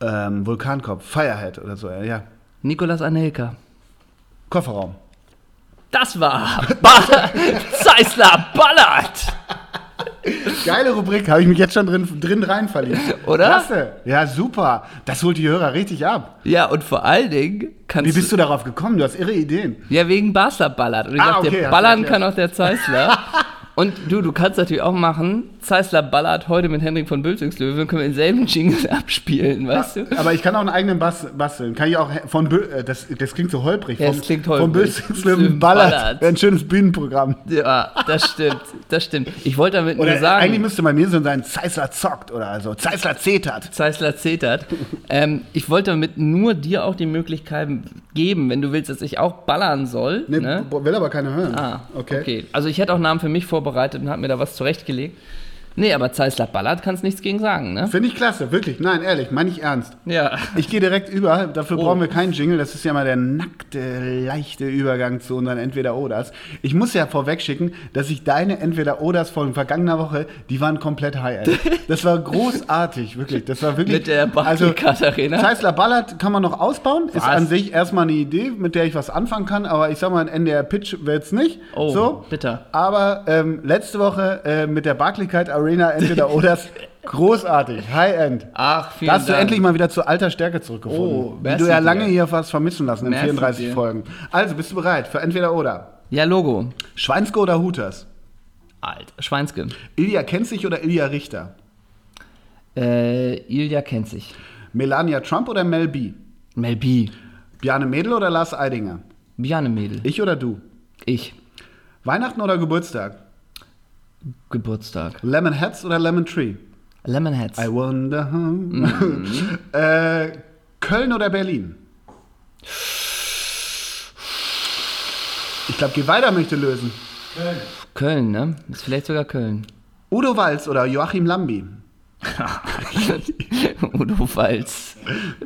S1: Ähm, Vulkankopf. Firehead oder so, ja.
S2: Nikolas Anelka.
S1: Kofferraum.
S2: Das war
S1: [LAUGHS]
S2: Baller Zeissler Ballert.
S1: Geile Rubrik, habe ich mich jetzt schon drin, drin rein verliebt.
S2: Oder?
S1: Klasse. Ja, super. Das holt die Hörer richtig ab.
S2: Ja, und vor allen Dingen kannst
S1: Wie bist du darauf gekommen? Du hast irre Ideen.
S2: Ja, wegen Basler ballert. Und ich
S1: Ah,
S2: dachte,
S1: okay, hast du
S2: ballern
S1: erklärt.
S2: kann auch der Zeissler. Und du, du kannst natürlich auch machen, Zeissler ballert heute mit Henrik von Bülzingslöwe, dann können wir denselben Jingle [LAUGHS] abspielen, weißt du?
S1: Aber ich kann auch einen eigenen Bass basteln. Kann ich auch he- von Bö äh, das, das klingt so holprig.
S2: Ja,
S1: Vom-
S2: es klingt holprig.
S1: Von Bösingslöwen Ballert.
S2: Ballert.
S1: Wäre ein schönes Bühnenprogramm.
S2: Ja, das stimmt, das stimmt. Ich wollte damit nur
S1: Oder eigentlich
S2: sagen,
S1: müsste bei mir so sein, Zeissler zockt oder so. Zeissler zetert.
S2: Zeissler zetert, ähm, ich wollte damit nur dir auch die Möglichkeit geben, wenn du willst, dass ich auch ballern soll.
S1: Nee,
S2: ne?
S1: bo- will aber keiner hören.
S2: Ah,
S1: okay.
S2: okay. Also ich hätte auch Namen für mich vorbereitet und habe mir da was zurechtgelegt. Nee, aber Zeissler Ballert kannst nichts gegen sagen, ne?
S1: Finde ich klasse, wirklich. Nein, ehrlich, meine ich ernst.
S2: Ja.
S1: Ich gehe direkt über,
S2: Oh.
S1: dafür brauchen wir keinen Jingle. Das ist ja mal der nackte, leichte Übergang zu unseren Entweder-Oders. Ich muss ja vorweg schicken, dass ich deine Entweder-Oders von vergangener Woche, die waren komplett high
S2: [LAUGHS]
S1: end. Das war großartig, wirklich. Das war wirklich.
S2: Mit der Backe
S1: Also
S2: Katharina.
S1: Zeissler Ballert kann man noch ausbauen. Ist
S2: Was?
S1: an sich erstmal eine Idee, mit der ich was anfangen kann, aber ich sag mal, ein NDR-Pitch wird's nicht.
S2: Oh,
S1: so.
S2: bitter.
S1: Aber ähm, letzte Woche äh, mit der Barclaycard Arena
S2: [LAUGHS]
S1: Entweder-Oders. Großartig, High-End.
S2: Ach, vielen
S1: Da hast du
S2: Dank.
S1: endlich mal wieder zu alter Stärke zurückgefunden.
S2: Oh,
S1: die du ja
S2: merci
S1: lange
S2: dir.
S1: hier fast vermissen lassen in
S2: Merci
S1: 34
S2: dir.
S1: Folgen. Also, bist du bereit für entweder oder?
S2: Ja, Logo.
S1: Schweinske oder Hutas?
S2: Alt. Schweinske.
S1: Ilja Kenzig oder Ilja Richter?
S2: Äh, Ilja kennt sich.
S1: Melania Trump oder Mel B?
S2: Mel B.
S1: Bjarne Mädel oder Lars Eidinger?
S2: Biane Mädel.
S1: Ich oder du?
S2: Ich.
S1: Weihnachten oder Geburtstag?
S2: Geburtstag.
S1: Lemon Heads oder Lemon Tree?
S2: Lemonheads.
S1: I wonder how.
S2: Mhm.
S1: [LAUGHS] äh, Köln oder Berlin? Ich glaube, geh weiter möchte lösen.
S2: Köln, ne? Ist vielleicht
S1: [LAUGHS]
S2: sogar Köln.
S1: Udo Walz oder Joachim Lambi?
S2: Udo Walz.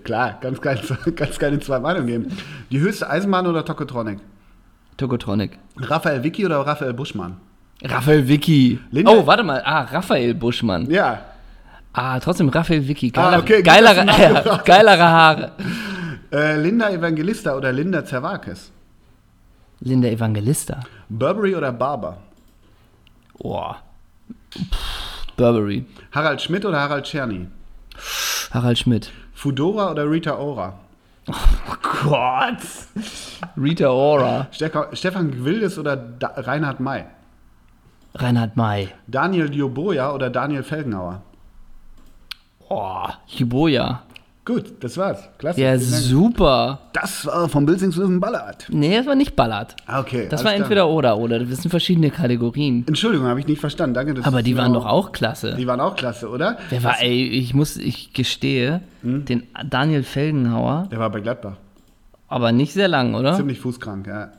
S1: Klar, ganz, kein, [LAUGHS] ganz keine zwei Meinungen geben. Die höchste Eisenbahn oder Tokotronic?
S2: Tokotronic.
S1: Raphael Vicky oder Raphael Buschmann?
S2: Raphael Vicky.
S1: Linda-
S2: Oh, warte mal. Ah, Raphael Buschmann.
S1: Ja.
S2: Ah, trotzdem Raphael Vicky.
S1: Ah,
S2: Geiler,
S1: okay, gut,
S2: geiler, [LAUGHS]
S1: dass du nachgefragt
S2: geilere Haare.
S1: Äh, Linda Evangelista oder Linda Zervakis?
S2: Linda Evangelista.
S1: Burberry oder Barber?
S2: Oh. Pff, Burberry.
S1: Harald Schmidt oder Harald Czerny?
S2: Harald Schmidt.
S1: Fudora oder Rita Ora?
S2: Oh Gott. Rita Ora.
S1: Stefan- Stefan Gwildes oder da Reinhard May?
S3: Reinhard May.
S1: Daniel Dioboja oder Daniel Felgenauer?
S2: Oh, Hiboya.
S1: Gut, das war's. Klasse.
S2: Ja,
S1: vielen Dank.
S2: super.
S1: das war vom Bilzingslöwen Ballard.
S2: Nee, das war nicht Ballert.
S1: Ah, Okay.
S2: Das
S1: alles
S2: war
S1: klar.
S2: entweder oder oder. Das sind verschiedene Kategorien.
S1: Entschuldigung, habe ich nicht verstanden. Danke. dass
S2: Aber
S1: du
S2: die
S1: es
S2: waren
S1: genau-
S2: doch auch klasse.
S1: Die waren auch klasse, oder?
S2: Wer war, ey, ich muss, ich gestehe,
S1: Hm?
S2: den Daniel Felgenhauer,
S1: Der war bei Gladbach.
S2: aber nicht sehr lang, oder?
S1: Ziemlich fußkrank, ja.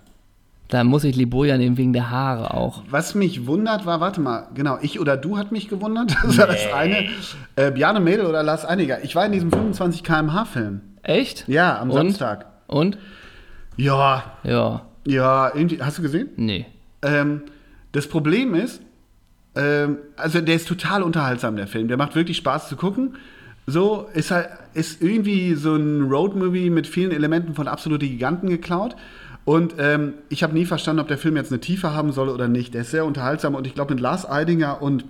S2: Da muss ich Liboja nehmen wegen der Haare auch.
S1: Was mich wundert war, warte mal, genau, ich oder du hat mich gewundert. [LAUGHS] Das war das eine. Äh, Bjarne Mädel oder Lars Einiger. Ich war in diesem 25 km/h-Film.
S2: Echt?
S1: Ja, am
S2: Und?
S1: Samstag.
S2: Und?
S1: Ja,
S2: Ja,
S1: ja, irgendwie. Hast du gesehen?
S2: nee.
S1: Ähm, das Problem ist, ähm, also der ist total unterhaltsam, der Film. Der macht wirklich Spaß zu gucken. So ist halt, ist irgendwie so ein Roadmovie mit vielen Elementen von absolute Giganten geklaut. Und ähm, ich habe nie verstanden, ob der Film jetzt eine Tiefe haben soll oder nicht. Der ist sehr unterhaltsam und ich glaube mit Lars Eidinger und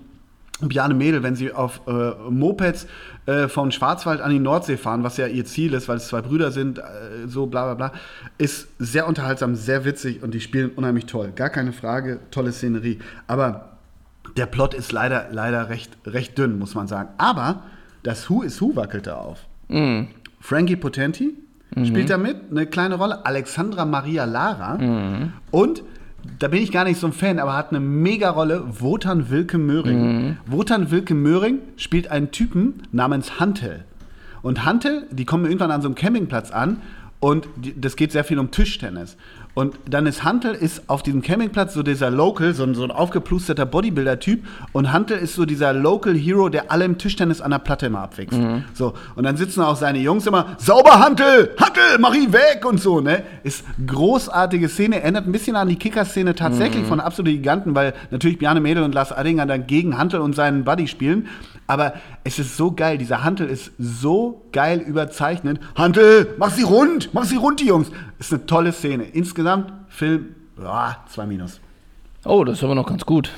S1: Bjarne Mädel, wenn sie auf äh, Mopeds äh, vom Schwarzwald an die Nordsee fahren, was ja ihr Ziel ist, weil es zwei Brüder sind, äh, so bla bla bla, ist sehr unterhaltsam, sehr witzig und die spielen unheimlich toll. Gar keine Frage, tolle Szenerie. Aber der Plot ist leider, leider recht, recht dünn, muss man sagen. Aber das Who is Who wackelte auf. Frankie Potenti spielt da mit, eine kleine Rolle. Alexandra Maria Lara. Und, da bin ich gar nicht so ein Fan, aber hat eine Mega-Rolle, Wotan Wilke Möhring. Wotan Wilke Möhring spielt einen Typen namens Hantel. Und Hantel, die kommen irgendwann an so einem Campingplatz an und die, das geht sehr viel um Tischtennis. Und dann ist Hantel ist auf diesem Campingplatz so dieser Local, so ein, so ein aufgeplusterter Bodybuilder-Typ. Und Hantel ist so dieser Local Hero, der alle im Tischtennis an der Platte immer abwächst. So. Und dann sitzen auch seine Jungs immer, sauber Hantel, Hantel, mach ihn weg und so, ne? Ist großartige Szene, erinnert ein bisschen an die Kicker-Szene
S2: Mhm.
S1: tatsächlich von Absolute Giganten, weil natürlich Bjarne Mädel und Lars Adinger dann gegen Hantel und seinen Buddy spielen. Aber es ist so geil, dieser Hantel ist so geil überzeichnet. Hantel, mach sie rund, mach sie rund, die Jungs. Ist eine tolle Szene. Insgesamt, Film, ja, zwei Minus.
S2: Oh, das ist aber noch ganz gut.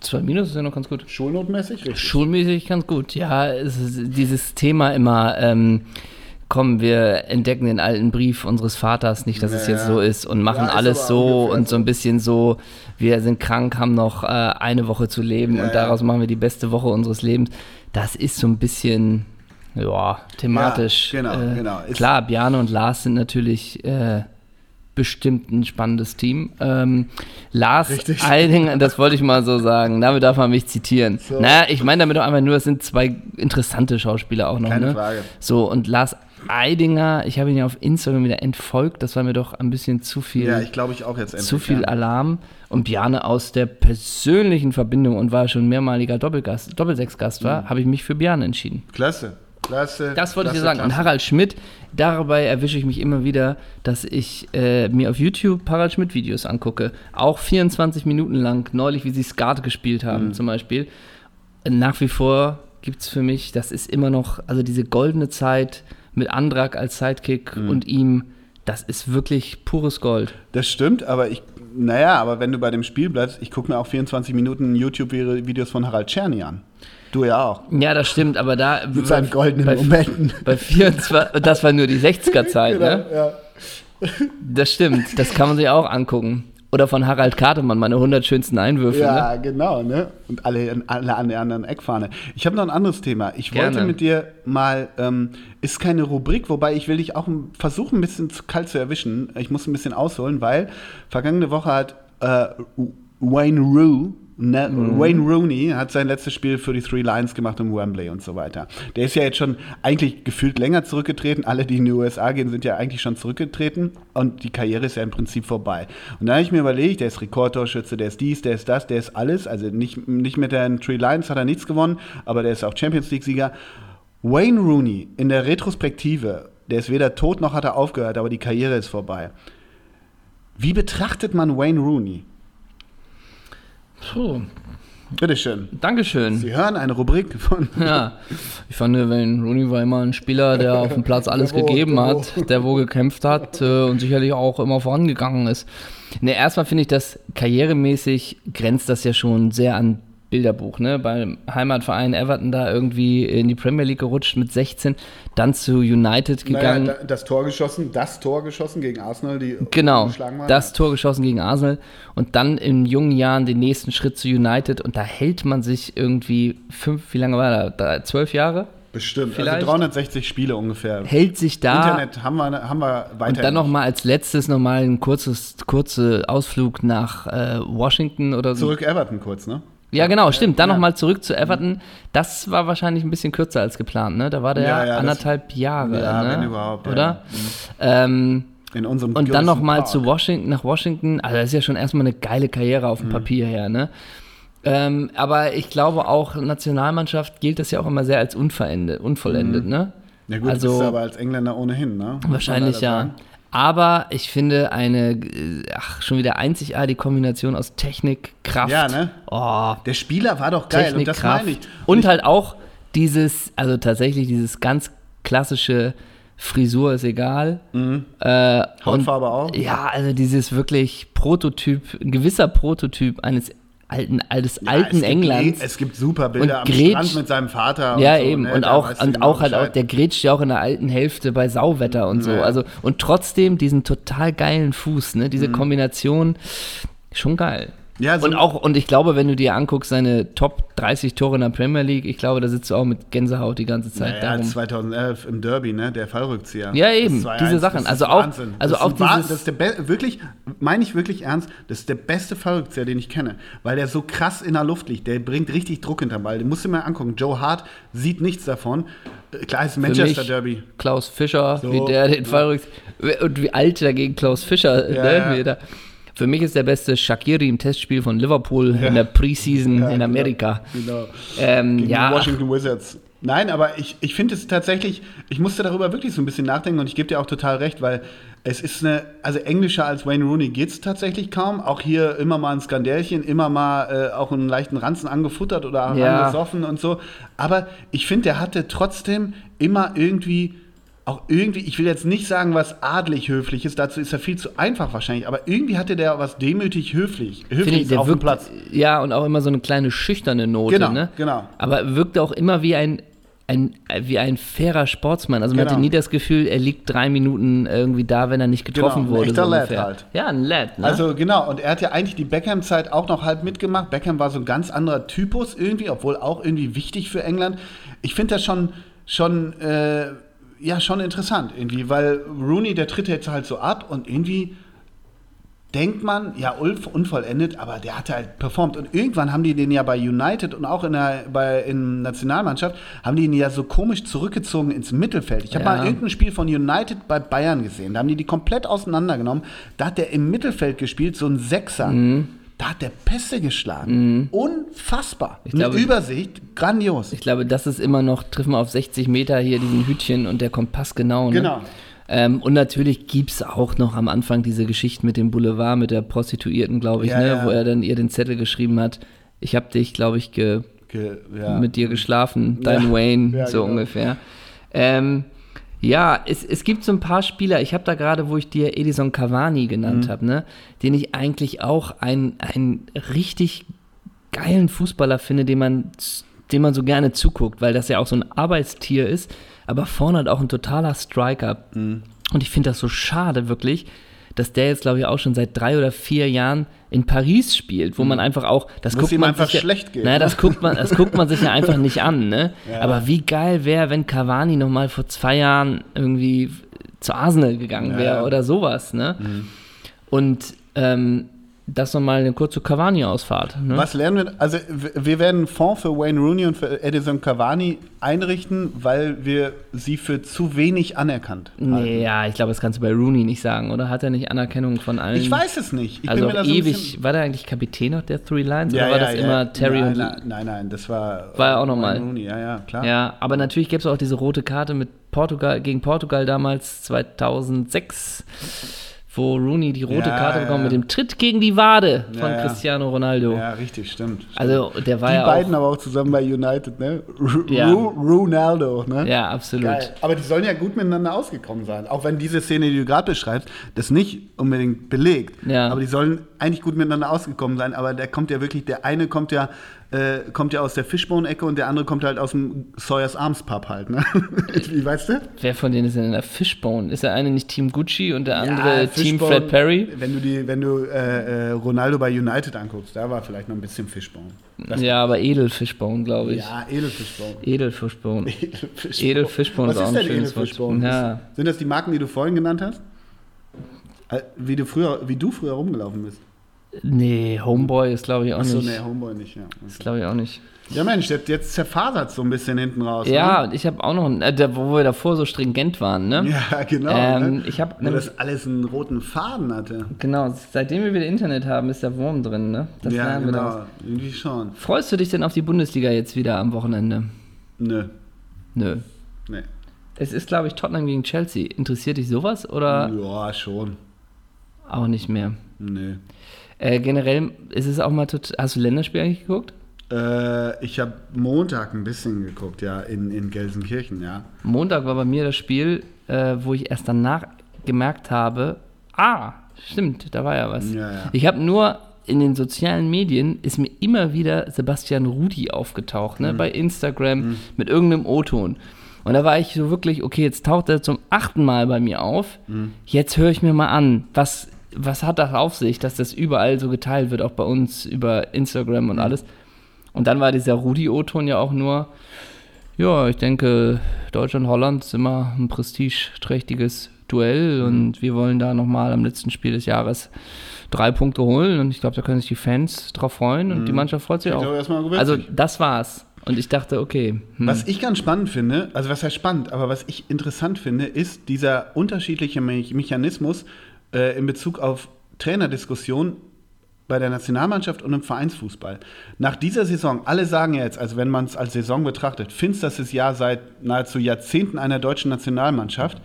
S2: Zwei Minus ist ja noch ganz gut.
S1: Schulnotmäßig, richtig.
S2: Schulmäßig ganz gut, ja. Es ist dieses Thema immer, ähm, komm, wir entdecken den alten Brief unseres Vaters, nicht, dass es jetzt
S1: Ja.
S2: so ist und machen
S1: Ja, ist
S2: alles
S1: aber
S2: so
S1: ungefähr
S2: und so ein bisschen so, wir sind krank, haben noch äh, eine Woche zu leben
S1: Ja,
S2: und daraus machen wir die beste Woche unseres Lebens. Das ist so ein bisschen, ja, thematisch.
S1: Ja, genau,
S2: äh,
S1: genau. Ist-
S2: klar, Bjarne und Lars sind natürlich äh, bestimmt ein spannendes Team. Ähm, Lars
S1: Richtig.
S2: [LAUGHS] Eidinger, das wollte ich mal so sagen. Damit darf man mich zitieren. Na, ich meine damit auch einfach nur, es sind zwei interessante Schauspieler auch noch.
S1: Keine
S2: ne?
S1: Frage.
S2: So, und Lars Eidinger, ich habe ihn ja auf Instagram wieder entfolgt. Das war mir doch ein bisschen zu viel.
S1: Ja, ich glaube, ich auch jetzt endlich.
S2: zu viel
S1: ja.
S2: Alarm und Bjarne aus der persönlichen Verbindung und war schon mehrmaliger Doppelgast, Doppelsechsgast
S1: Mhm.
S2: war, habe ich mich für Bjarne entschieden.
S1: Klasse. Klasse.
S2: Das wollte ich
S1: klasse,
S2: dir sagen. Und
S1: klasse.
S2: Harald Schmidt, dabei erwische ich mich immer wieder, dass ich äh, mir auf YouTube Harald Schmidt-Videos angucke. Auch 24 Minuten lang, neulich, wie sie Skat gespielt haben,
S1: Mhm.
S2: zum Beispiel. Nach wie vor gibt es für mich, das ist immer noch, also diese goldene Zeit mit Andrak als Sidekick
S1: Mhm.
S2: und ihm, das ist wirklich pures Gold.
S1: Das stimmt, aber ich, naja, aber wenn du bei dem Spiel bleibst, ich gucke mir auch 24 Minuten YouTube-Videos von Harald Czerny an. Du ja auch.
S2: Ja, das stimmt, aber da.
S1: Mit seinen goldenen
S2: Ne? bei,
S1: Momenten.
S2: Bei 24, das war nur die
S1: [LAUGHS]
S2: 60er-Zeit, [LAUGHS] ne?
S1: Ja.
S2: Das stimmt, das kann man sich auch angucken. Oder von Harald Kademann, meine 100 schönsten Einwürfe. Ne?
S1: Ja, genau, ne? Und alle, alle an der anderen Eckfahne. Ich habe noch ein anderes Thema. Ich
S2: Gerne.
S1: wollte mit dir mal, ähm, ist keine Rubrik, wobei ich will dich auch m- versuchen, ein bisschen zu kalt zu erwischen. Ich muss ein bisschen ausholen, weil vergangene Woche hat äh, Wayne Rue. Ne,
S2: Mhm.
S1: Wayne Rooney hat sein letztes Spiel für die Three Lions gemacht im Wembley und so weiter. Der ist ja jetzt schon eigentlich gefühlt länger zurückgetreten. Alle, die in die USA gehen, sind ja eigentlich schon zurückgetreten und die Karriere ist ja im Prinzip vorbei. Und da habe ich mir überlegt, der ist Rekordtorschütze, der ist dies, der ist das, der ist alles. Also nicht, nicht mit den Three Lions hat er nichts gewonnen, aber der ist auch Champions League-Sieger. Wayne Rooney in der Retrospektive, der ist weder tot noch hat er aufgehört, aber die Karriere ist vorbei. Wie betrachtet man Wayne Rooney?
S2: Puh,
S1: Bitteschön.
S2: Dankeschön.
S1: Sie hören eine Rubrik von
S2: Ja, ich fand, Wayne Rooney war immer ein Spieler, der auf dem Platz alles
S1: Der wo-
S2: gegeben
S1: der
S2: hat, der wo gekämpft hat äh, und sicherlich auch immer vorangegangen ist. Ne, erstmal finde ich das karrieremäßig grenzt das ja schon sehr an Bilderbuch, ne? Beim Heimatverein Everton da irgendwie in die Premier League gerutscht mit 16, dann zu United gegangen.
S1: Naja, da- das Tor geschossen, das Tor geschossen gegen Arsenal, die
S2: Genau,
S1: geschlagen waren.
S2: das Tor geschossen gegen Arsenal und dann in jungen Jahren den nächsten Schritt zu United und da hält man sich irgendwie fünf, wie lange war da? Drei, zwölf Jahre?
S1: Bestimmt,
S2: Vielleicht.
S1: also 360 Spiele ungefähr.
S2: Hält sich da
S1: Internet haben wir, haben wir weiter.
S2: und dann nochmal als letztes nochmal ein kurzes, kurze Ausflug nach äh, Washington oder so.
S1: Zurück Everton kurz, ne?
S2: Ja, genau, stimmt. Dann nochmal zurück zu Everton. Das war wahrscheinlich ein bisschen kürzer als geplant, ne? Da war der
S1: Ja, ja, das-
S2: anderthalb Jahre.
S1: Ja,
S2: ne?
S1: wenn überhaupt, ja. Mhm.
S2: Oder? Ähm,
S1: In unserem
S2: Und
S1: Gilson
S2: dann nochmal
S1: Park.
S2: zu Washington, nach Washington. Also das ist ja schon erstmal eine geile Karriere auf dem
S1: Mhm.
S2: Papier her, ne? Ähm, aber ich glaube auch, Nationalmannschaft gilt das ja auch immer sehr als unverende,
S1: Mhm.
S2: unvollendet, ne?
S1: Ja gut,
S2: also-
S1: bist du aber als Engländer ohnehin, ne? Muss man
S2: Wahrscheinlich
S1: leider
S2: ja.
S1: sagen.
S2: Aber ich finde eine, äh, ach, schon wieder einzigartige Kombination aus Technik, Kraft.
S1: Ja, ne?
S2: Oh,
S1: Der Spieler war doch geil und
S2: Technik,
S1: das
S2: Kraft.
S1: meine ich.
S2: Und, halt auch dieses, also tatsächlich dieses ganz klassische Frisur ist egal. Äh, und,
S1: Hautfarbe auch.
S2: ja, also dieses wirklich Prototyp, ein gewisser Prototyp eines alten, eines
S1: Ja, es
S2: alten
S1: gibt
S2: Englands.
S1: Le- Es gibt super Bilder
S2: Und
S1: am
S2: grätscht-
S1: Strand mit seinem Vater.
S2: ja,
S1: und so,
S2: eben.
S1: ne?
S2: Und
S1: Da
S2: auch,
S1: weißt du
S2: und
S1: genau
S2: auch halt auch,
S1: Bescheid.
S2: der grätscht ja auch in der alten Hälfte bei Sauwetter und so.
S1: Ja.
S2: Also, und trotzdem diesen total geilen Fuß, ne? Diese Kombination, schon geil.
S1: Mhm. Ja, so-
S2: und auch, und ich glaube, wenn du dir anguckst, seine Top 30 Tore in der Premier League, ich glaube, da sitzt du auch mit Gänsehaut die ganze Zeit
S1: Ja,
S2: darum.
S1: 2011 im Derby, ne? Der Fallrückzieher.
S2: Ja,
S1: Das
S2: eben,
S1: 2-1,
S2: diese Sachen.
S1: das ist
S2: Also auch-
S1: Wahnsinn.
S2: also
S1: das ist
S2: auch
S1: ein Wah-
S2: dieses-
S1: Das ist der be- wirklich, meine ich wirklich ernst, das ist der beste Fallrückzieher, den ich kenne. Weil der so krass in der Luft liegt. Der bringt richtig Druck hinterm Ball. Den musst du mal angucken. Joe Hart sieht nichts davon. Äh, Klar, es ist Manchester
S2: mich-
S1: Derby.
S2: Klaus Fischer,
S1: So,
S2: wie der den
S1: ja.
S2: Fall rückt. Und wie alt dagegen Klaus Fischer.
S1: Ja,
S2: ne?
S1: ja.
S2: Wie der- Für mich ist der beste Shakiri im Testspiel von Liverpool in der Preseason in
S1: genau.
S2: Amerika.
S1: Genau.
S2: Ähm,
S1: Gegen
S2: ja,
S1: die Washington Wizards. Nein, aber ich, ich finde es tatsächlich, ich musste darüber wirklich so ein bisschen nachdenken und ich gebe dir auch total recht, weil es ist eine, also englischer als Wayne Rooney geht es tatsächlich kaum. Auch hier immer mal ein Skandälchen, immer mal äh, auch einen leichten Ranzen angefuttert oder
S2: Ja.
S1: angesoffen und so. Aber ich finde, der hatte trotzdem immer irgendwie. Auch irgendwie, ich will jetzt nicht sagen, was adlig höflich ist, dazu ist er viel zu einfach wahrscheinlich, aber irgendwie hatte der was demütig höflich,
S2: finde
S1: höflich
S2: ich, der
S1: auf dem
S2: wirkt,
S1: Platz.
S2: ja, und auch immer so eine kleine schüchterne Note,
S1: Genau,
S2: ne?
S1: genau.
S2: Aber wirkt auch immer wie ein, ein wie ein fairer Sportsmann. Also man
S1: Genau.
S2: hatte nie das Gefühl, er liegt drei Minuten irgendwie da, wenn er nicht getroffen
S1: Genau, ein
S2: wurde.
S1: echter
S2: so
S1: Lad
S2: ungefähr.
S1: halt.
S2: Ja, ein Lad, ne?
S1: Also genau, und er hat ja eigentlich die Beckham-Zeit auch noch halb mitgemacht. Beckham war so ein ganz anderer Typus irgendwie, obwohl auch irgendwie wichtig für England. Ich finde das schon, schon, äh, ja, schon interessant irgendwie, weil Rooney, der tritt jetzt halt so ab und irgendwie denkt man, ja, Ulf unvollendet, aber der hat halt performt. Und irgendwann haben die den ja bei United und auch in der bei, in Nationalmannschaft, haben die ihn ja so komisch zurückgezogen ins Mittelfeld. Ich habe
S2: Ja.
S1: mal irgendein Spiel von United bei Bayern gesehen. Da haben die die komplett auseinandergenommen. Da hat der im Mittelfeld gespielt, so ein Sechser.
S2: Mhm.
S1: Da hat der Pässe geschlagen. Unfassbar.
S2: Ich glaube-
S1: Eine Übersicht, grandios.
S2: Ich glaube, das ist immer noch, treffen wir auf 60 Meter hier diesen Hütchen und der Kompass genau. Ne?
S1: Genau.
S2: Ähm, und natürlich gibt es auch noch am Anfang diese Geschichten mit dem Boulevard, mit der Prostituierten, glaube ich,
S1: Ja,
S2: ne?
S1: ja.
S2: wo er dann ihr den Zettel geschrieben hat. Ich habe dich, glaube ich, ge
S1: Ge- ja.
S2: mit dir geschlafen, dein
S1: Ja.
S2: Wayne,
S1: Ja,
S2: so
S1: genau.
S2: ungefähr. Ähm, ja, es, es gibt so ein paar Spieler, ich habe da gerade, wo ich dir Edison Cavani
S1: Mhm.
S2: genannt habe, ne, den ich eigentlich auch einen, einen richtig geilen Fußballer finde, den man, z- den man so gerne zuguckt, weil das ja auch so ein Arbeitstier ist, aber vorne hat auch ein totaler Striker.
S1: Mhm.
S2: Und ich finde das so schade, wirklich, dass der jetzt, glaube ich, auch schon seit drei oder vier Jahren in Paris spielt, wo man einfach auch, das
S1: Mhm. Muss
S2: guckt
S1: ihm
S2: man
S1: einfach
S2: sich ja,
S1: schlecht gehen,
S2: Naja,
S1: ne?
S2: das guckt man, das guckt man sich ja einfach nicht an, ne? Aber wie geil wäre, wenn Cavani nochmal vor zwei Jahren irgendwie zu Arsenal gegangen wäre
S1: Ja. Mhm.
S2: oder sowas, ne? Und ähm, das nochmal eine kurze Cavani-Ausfahrt. Ne?
S1: Was lernen wir? Also, w- wir werden einen Fonds für Wayne Rooney und für Edison Cavani einrichten, weil wir sie für zu wenig anerkannt halten.
S2: Nee, ja, ich glaube, das kannst du bei Rooney nicht sagen, oder? Hat er nicht Anerkennung von allen?
S1: Ich weiß es nicht. Ich
S2: also
S1: da so ein bisschen-
S2: ewig. War der eigentlich Kapitän noch der Three Lions?
S1: Ja,
S2: oder war
S1: ja,
S2: das
S1: ja.
S2: immer Terry
S1: nein,
S2: und.
S1: Nein, nein, nein, das war.
S2: War ja auch
S1: Wayne
S2: noch mal.
S1: Rooney, ja, ja, klar.
S2: Ja, aber natürlich gäbe es auch diese rote Karte mit Portugal gegen Portugal damals 2006, wo Rooney die rote
S1: Ja,
S2: Karte
S1: ja.
S2: bekommen mit dem Tritt gegen die Wade von
S1: Ja, ja.
S2: Cristiano Ronaldo.
S1: Ja, richtig, stimmt.
S2: Also der war
S1: die
S2: ja
S1: beiden
S2: auch,
S1: aber auch zusammen bei United, ne? Ru
S2: Ja.
S1: Ru Ronaldo, ne?
S2: ja absolut.
S1: Geil. Aber die sollen ja gut miteinander ausgekommen sein. Auch wenn diese Szene, die du gerade beschreibst, das nicht unbedingt belegt.
S2: Ja.
S1: Aber die sollen eigentlich gut miteinander ausgekommen sein. Aber da kommt ja wirklich, der eine kommt ja, äh, kommt ja aus der Fishbone-Ecke und der andere kommt halt aus dem Sawyers Arms Pub halt. Ne? [LAUGHS] Wie weißt du?
S2: Wer von denen ist denn in der Fishbone? Ist der eine nicht Team Gucci und der andere
S1: Ja,
S2: Team
S1: Fishbone,
S2: Fred Perry?
S1: Wenn du, die, wenn du äh, äh, Ronaldo bei United anguckst, da war vielleicht noch ein bisschen Fishbone. Das-
S2: Ja, aber Edel Fishbone, glaube ich.
S1: Ja, Edelfishbone.
S2: Edel Fishbone.
S1: Edelfishbone.
S2: Edel Fishbone
S1: Was
S2: ist auch
S1: ist
S2: ein
S1: denn
S2: schönes Wort.
S1: Edelfishbone?
S2: Ja.
S1: Sind das die Marken, die du vorhin genannt hast? Äh, Wie du früher, wie du früher rumgelaufen bist.
S2: Nee, Homeboy ist glaube ich auch
S1: Achso,
S2: nicht.
S1: nee, Homeboy nicht, ja.
S2: Ist glaube ich auch nicht.
S1: Ja, Mensch, jetzt, jetzt zerfasert so ein bisschen hinten raus.
S2: Ja, und ich habe auch noch, einen- äh, da- wo wir davor so stringent waren, ne?
S1: Ne? [LAUGHS] Ja, genau.
S2: Ähm,
S1: ne?
S2: ich hab
S1: Nur,
S2: nämlich-
S1: dass alles einen roten Faden hatte.
S2: Genau, seitdem wir wieder Internet haben, ist der Wurm drin, ne? Das
S1: ja,
S2: lernen wir daraus.
S1: genau. Irgendwie schon.
S2: Freust du dich denn auf die Bundesliga jetzt wieder am Wochenende?
S1: Nö.
S2: Nö.
S1: Nee.
S2: Es ist, glaube ich, Tottenham gegen Chelsea. Interessiert dich sowas oder
S1: Ja, schon.
S2: auch nicht mehr?
S1: Nö.
S2: Äh, generell ist es auch mal total. Hast du Länderspiel eigentlich geguckt?
S1: Äh, ich habe Montag ein bisschen geguckt, ja, in, in Gelsenkirchen, ja.
S2: Montag war bei mir das Spiel, äh, wo ich erst danach gemerkt habe, ah, stimmt, da war ja was.
S1: Ja, ja.
S2: Ich habe nur in den sozialen Medien ist mir immer wieder Sebastian Rudi aufgetaucht, ne, bei Instagram mit irgendeinem O-Ton. Und da war ich so wirklich, okay, jetzt taucht er zum achten Mal bei mir auf. Jetzt höre ich mir mal an, was, was hat das auf sich, dass das überall so geteilt wird, auch bei uns über Instagram und alles. Und dann war dieser Rudi-O-Ton ja auch nur, ja, ich denke, Deutschland-Holland ist immer ein prestigeträchtiges Duell
S1: Mhm.
S2: und wir wollen da nochmal am letzten Spiel des Jahres drei Punkte holen und ich glaube, da können sich die Fans drauf freuen und die Mannschaft freut sich
S1: Klingt Mhm. doch
S2: auch.
S1: erstmal witzig.
S2: Also, das war's. Und ich dachte, okay, hm,
S1: Was ich ganz spannend finde, also was heißt spannend, aber was ich interessant finde, ist dieser unterschiedliche Me Mechanismus äh, in Bezug auf Trainerdiskussionen bei der Nationalmannschaft und im Vereinsfußball. Nach dieser Saison, alle sagen ja jetzt, also wenn man es als Saison betrachtet, finsterstes Jahr seit nahezu Jahrzehnten einer deutschen Nationalmannschaft.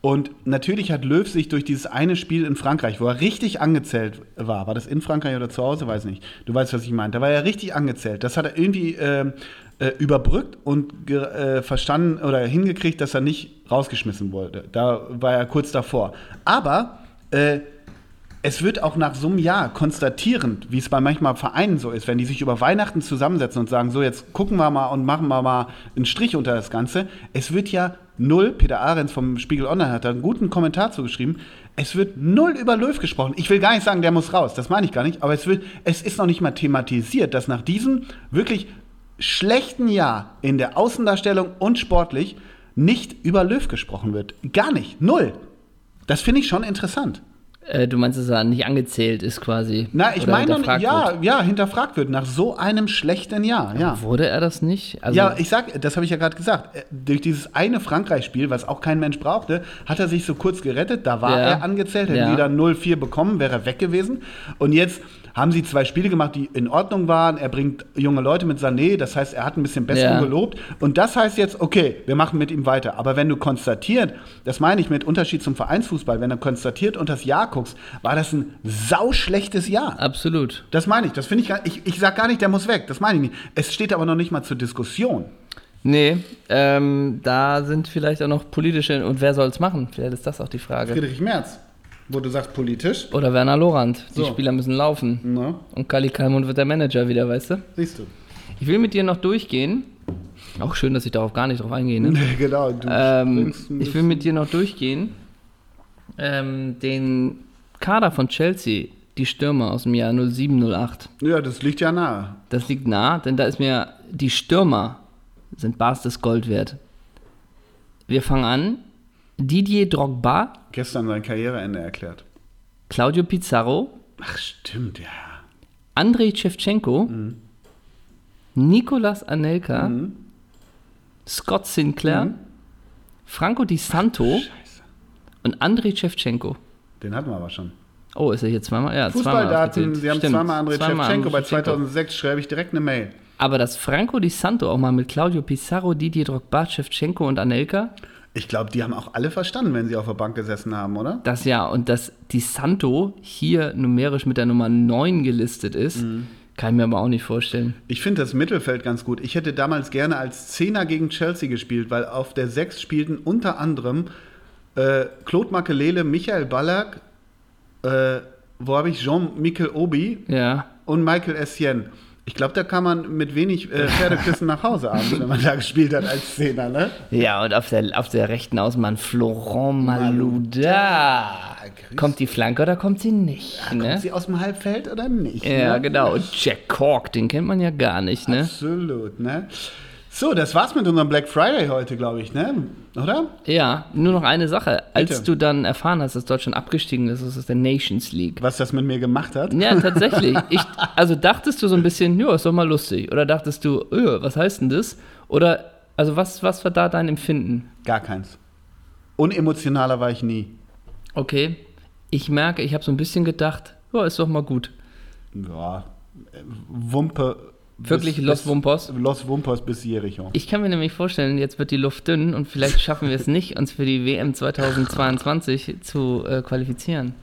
S1: Und natürlich hat Löw sich durch dieses eine Spiel in Frankreich, wo er richtig angezählt war, war das in Frankreich oder zu Hause, weiß nicht. Du weißt, was ich meine. Da war er richtig angezählt. Das hat er irgendwie ähm, äh, überbrückt und ge- äh, verstanden oder hingekriegt, dass er nicht rausgeschmissen wurde. Da war er kurz davor. Aber äh, es wird auch nach so einem Jahr konstatierend, wie es bei manchmal Vereinen so ist, wenn die sich über Weihnachten zusammensetzen und sagen, so jetzt gucken wir mal und machen wir mal einen Strich unter das Ganze. Es wird ja null, Peter Ahrens vom Spiegel Online hat da einen guten Kommentar zugeschrieben, es wird null über Löw gesprochen. Ich will gar nicht sagen, der muss raus, das meine ich gar nicht, aber es, wird, es ist noch nicht mal thematisiert, dass nach diesem wirklich schlechten Jahr in der Außendarstellung und sportlich nicht über Löw gesprochen wird. Gar nicht, null. Das finde ich schon interessant.
S2: Äh, du meinst, dass er nicht angezählt ist quasi.
S1: Na, ich
S2: Oder
S1: meine,
S2: hinterfragt
S1: ja,
S2: wird.
S1: ja, hinterfragt wird nach so einem schlechten Jahr. Ja,
S2: Wurde er das nicht? Also,
S1: ja ich sag, das habe ich ja gerade gesagt. äh, Durch dieses eine Frankreich-Spiel, was auch kein Mensch brauchte, hat er sich so kurz gerettet. Da war
S2: Ja.
S1: er angezählt, hätte
S2: Ja.
S1: wieder 0-4 bekommen, wäre er weg gewesen. Und jetzt haben sie zwei Spiele gemacht, die in Ordnung waren. Er bringt junge Leute mit Sané, das heißt, er hat ein bisschen Besserung
S2: Ja.
S1: gelobt. Und das heißt jetzt, okay, wir machen mit ihm weiter. Aber wenn du konstatiert, das meine ich mit Unterschied zum Vereinsfußball, wenn du konstatiert und das Jahr guckst, war das ein sauschlechtes Jahr.
S2: absolut.
S1: Das meine ich. Das finde ich gar ich, ich sag gar nicht, der muss weg. Das meine ich nicht. Es steht aber noch nicht mal zur Diskussion.
S2: Nee, ähm, da sind vielleicht auch noch politische. Und wer soll es machen? Vielleicht ist das auch die Frage.
S1: Friedrich Merz, wo du sagst politisch,
S2: Oder Werner Lorand. Die
S1: So.
S2: Spieler müssen laufen.
S1: ne?
S2: Und Kali Kalmund wird der Manager wieder, weißt du?
S1: Siehst du.
S2: Ich will mit dir noch durchgehen. Auch schön, dass ich darauf gar nicht drauf
S1: [LAUGHS]
S2: eingehe, ne?
S1: Nee, genau. Du
S2: Ähm,
S1: springst ein
S2: ich will mit dir noch durchgehen. Ähm, den Kader von Chelsea, die Stürmer aus dem Jahr 0708.
S1: bisschen- Ja, das liegt ja nahe.
S2: Das liegt nah, denn da ist mir, die Stürmer sind barstes Gold wert. Wir fangen an. Didier Drogba,
S1: Gestern sein Karriereende erklärt.
S2: Claudio Pizarro,
S1: Ach, stimmt, ja.
S2: Andrei Shevchenko, Nicolas Anelka,
S1: Mhm.
S2: Scott Sinclair, Franco Di Santo
S1: Scheiße.
S2: und Andrei Shevchenko.
S1: Den hatten wir aber schon.
S2: Oh, ist er hier zweimal? Ja, zweimal
S1: Fußballdaten,
S2: aufgezählt.
S1: Sie haben
S2: Stimmt,
S1: zweimal André Shevchenko. Bei
S2: Shevchenko.
S1: 2006 schreibe ich direkt eine Mail.
S2: Aber dass Franco Di Santo auch mal mit Claudio Pizarro, Didier Drogba, Shevchenko und Anelka,
S1: Ich glaube, die haben auch alle verstanden, wenn sie auf der Bank gesessen haben, oder?
S2: das ja, und dass Di Santo hier numerisch mit der Nummer 9 gelistet ist,
S1: Mhm.
S2: kann ich mir aber auch nicht vorstellen.
S1: Ich finde das Mittelfeld ganz gut. Ich hätte damals gerne als Zehner gegen Chelsea gespielt, weil auf der Sechs spielten unter anderem äh, Claude Makelele, Michael Ballack, äh, wo habe ich Jean-Michel Obi
S2: Ja,
S1: und Michael Essien. Ich glaube, da kann man mit wenig äh, Pferdeküssen nach Hause abends, wenn man da gespielt hat als Zehner, ne?
S2: Ja, und auf der, auf der rechten Außenbahn Florent Malouda. Kommt die Flanke oder kommt sie nicht? Ah, ne?
S1: Ah, Kommt sie aus dem Halbfeld oder nicht?
S2: ja,
S1: ne?
S2: genau. Und Jack Cork, den kennt man ja gar nicht, ne?
S1: Absolut, ne? So, das war's mit unserem Black Friday heute, glaube ich, ne? Oder?
S2: Ja, nur noch eine Sache. Als
S1: Bitte.
S2: du dann erfahren hast, dass Deutschland abgestiegen ist, ist es der Nations League.
S1: Was das mit mir gemacht hat?
S2: Ja,
S1: [LAUGHS]
S2: tatsächlich. Ich, also dachtest du so ein bisschen, ja, ist doch mal lustig. Oder dachtest du, öh, was heißt denn das? Oder, also was, was war da dein Empfinden?
S1: Gar keins. Unemotionaler war ich nie.
S2: Okay, ich merke, ich habe so ein bisschen gedacht, ja, ist doch mal gut.
S1: Ja, äh, Wumpe.
S2: Wirklich Los Wumpers?
S1: Los Wumpers bis Jericho.
S2: Ich kann mir nämlich vorstellen, jetzt wird die Luft dünn und vielleicht
S1: [LAUGHS]
S2: schaffen wir es nicht, uns für die WM 2022 zu äh, qualifizieren.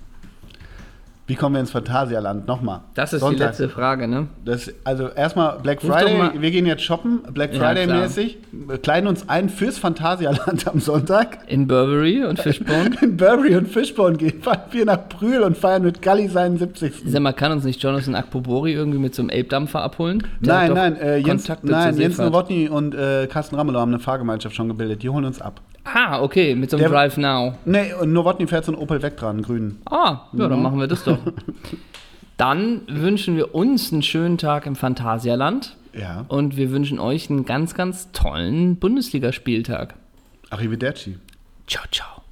S1: Wie kommen wir ins Phantasialand? Nochmal.
S2: Das ist die
S1: Sonntag.
S2: letzte Frage, ne?
S1: Das, also erstmal Black
S2: Ruf doch
S1: Friday.
S2: mal-
S1: Wir gehen jetzt shoppen. Black
S2: Ja,
S1: Friday
S2: klar.
S1: mäßig. Wir Kleiden uns ein fürs Phantasialand [LAUGHS] am Sonntag.
S2: In Burberry und Fishbone.
S1: In Burberry und Fishbone gehen. Fahren wir nach Brühl und feiern mit Gully seinen 70.
S2: Sag mal, kann uns nicht Jonathan Akpobori irgendwie mit so einem Elbdampfer abholen? Der hat
S1: Nein,
S2: doch
S1: nein, äh, Jens,
S2: Kontakte
S1: nein
S2: zur
S1: Jens
S2: Seefahrt.
S1: Nowotny und äh, Carsten Ramelow haben eine Fahrgemeinschaft schon gebildet. Die holen uns ab.
S2: Ah, okay, mit so einem
S1: Der-
S2: Drive Now.
S1: Nee, und Nowotny fährt so einen Opel weg dran, einen grünen.
S2: Ah, ja,
S1: Mhm.
S2: dann machen wir
S1: [LAUGHS]
S2: das doch. Dann wünschen wir uns einen schönen Tag im Phantasialand
S1: Ja.
S2: und wir wünschen euch einen ganz, ganz tollen Bundesligaspieltag.
S1: Arrivederci.
S2: Ciao, ciao.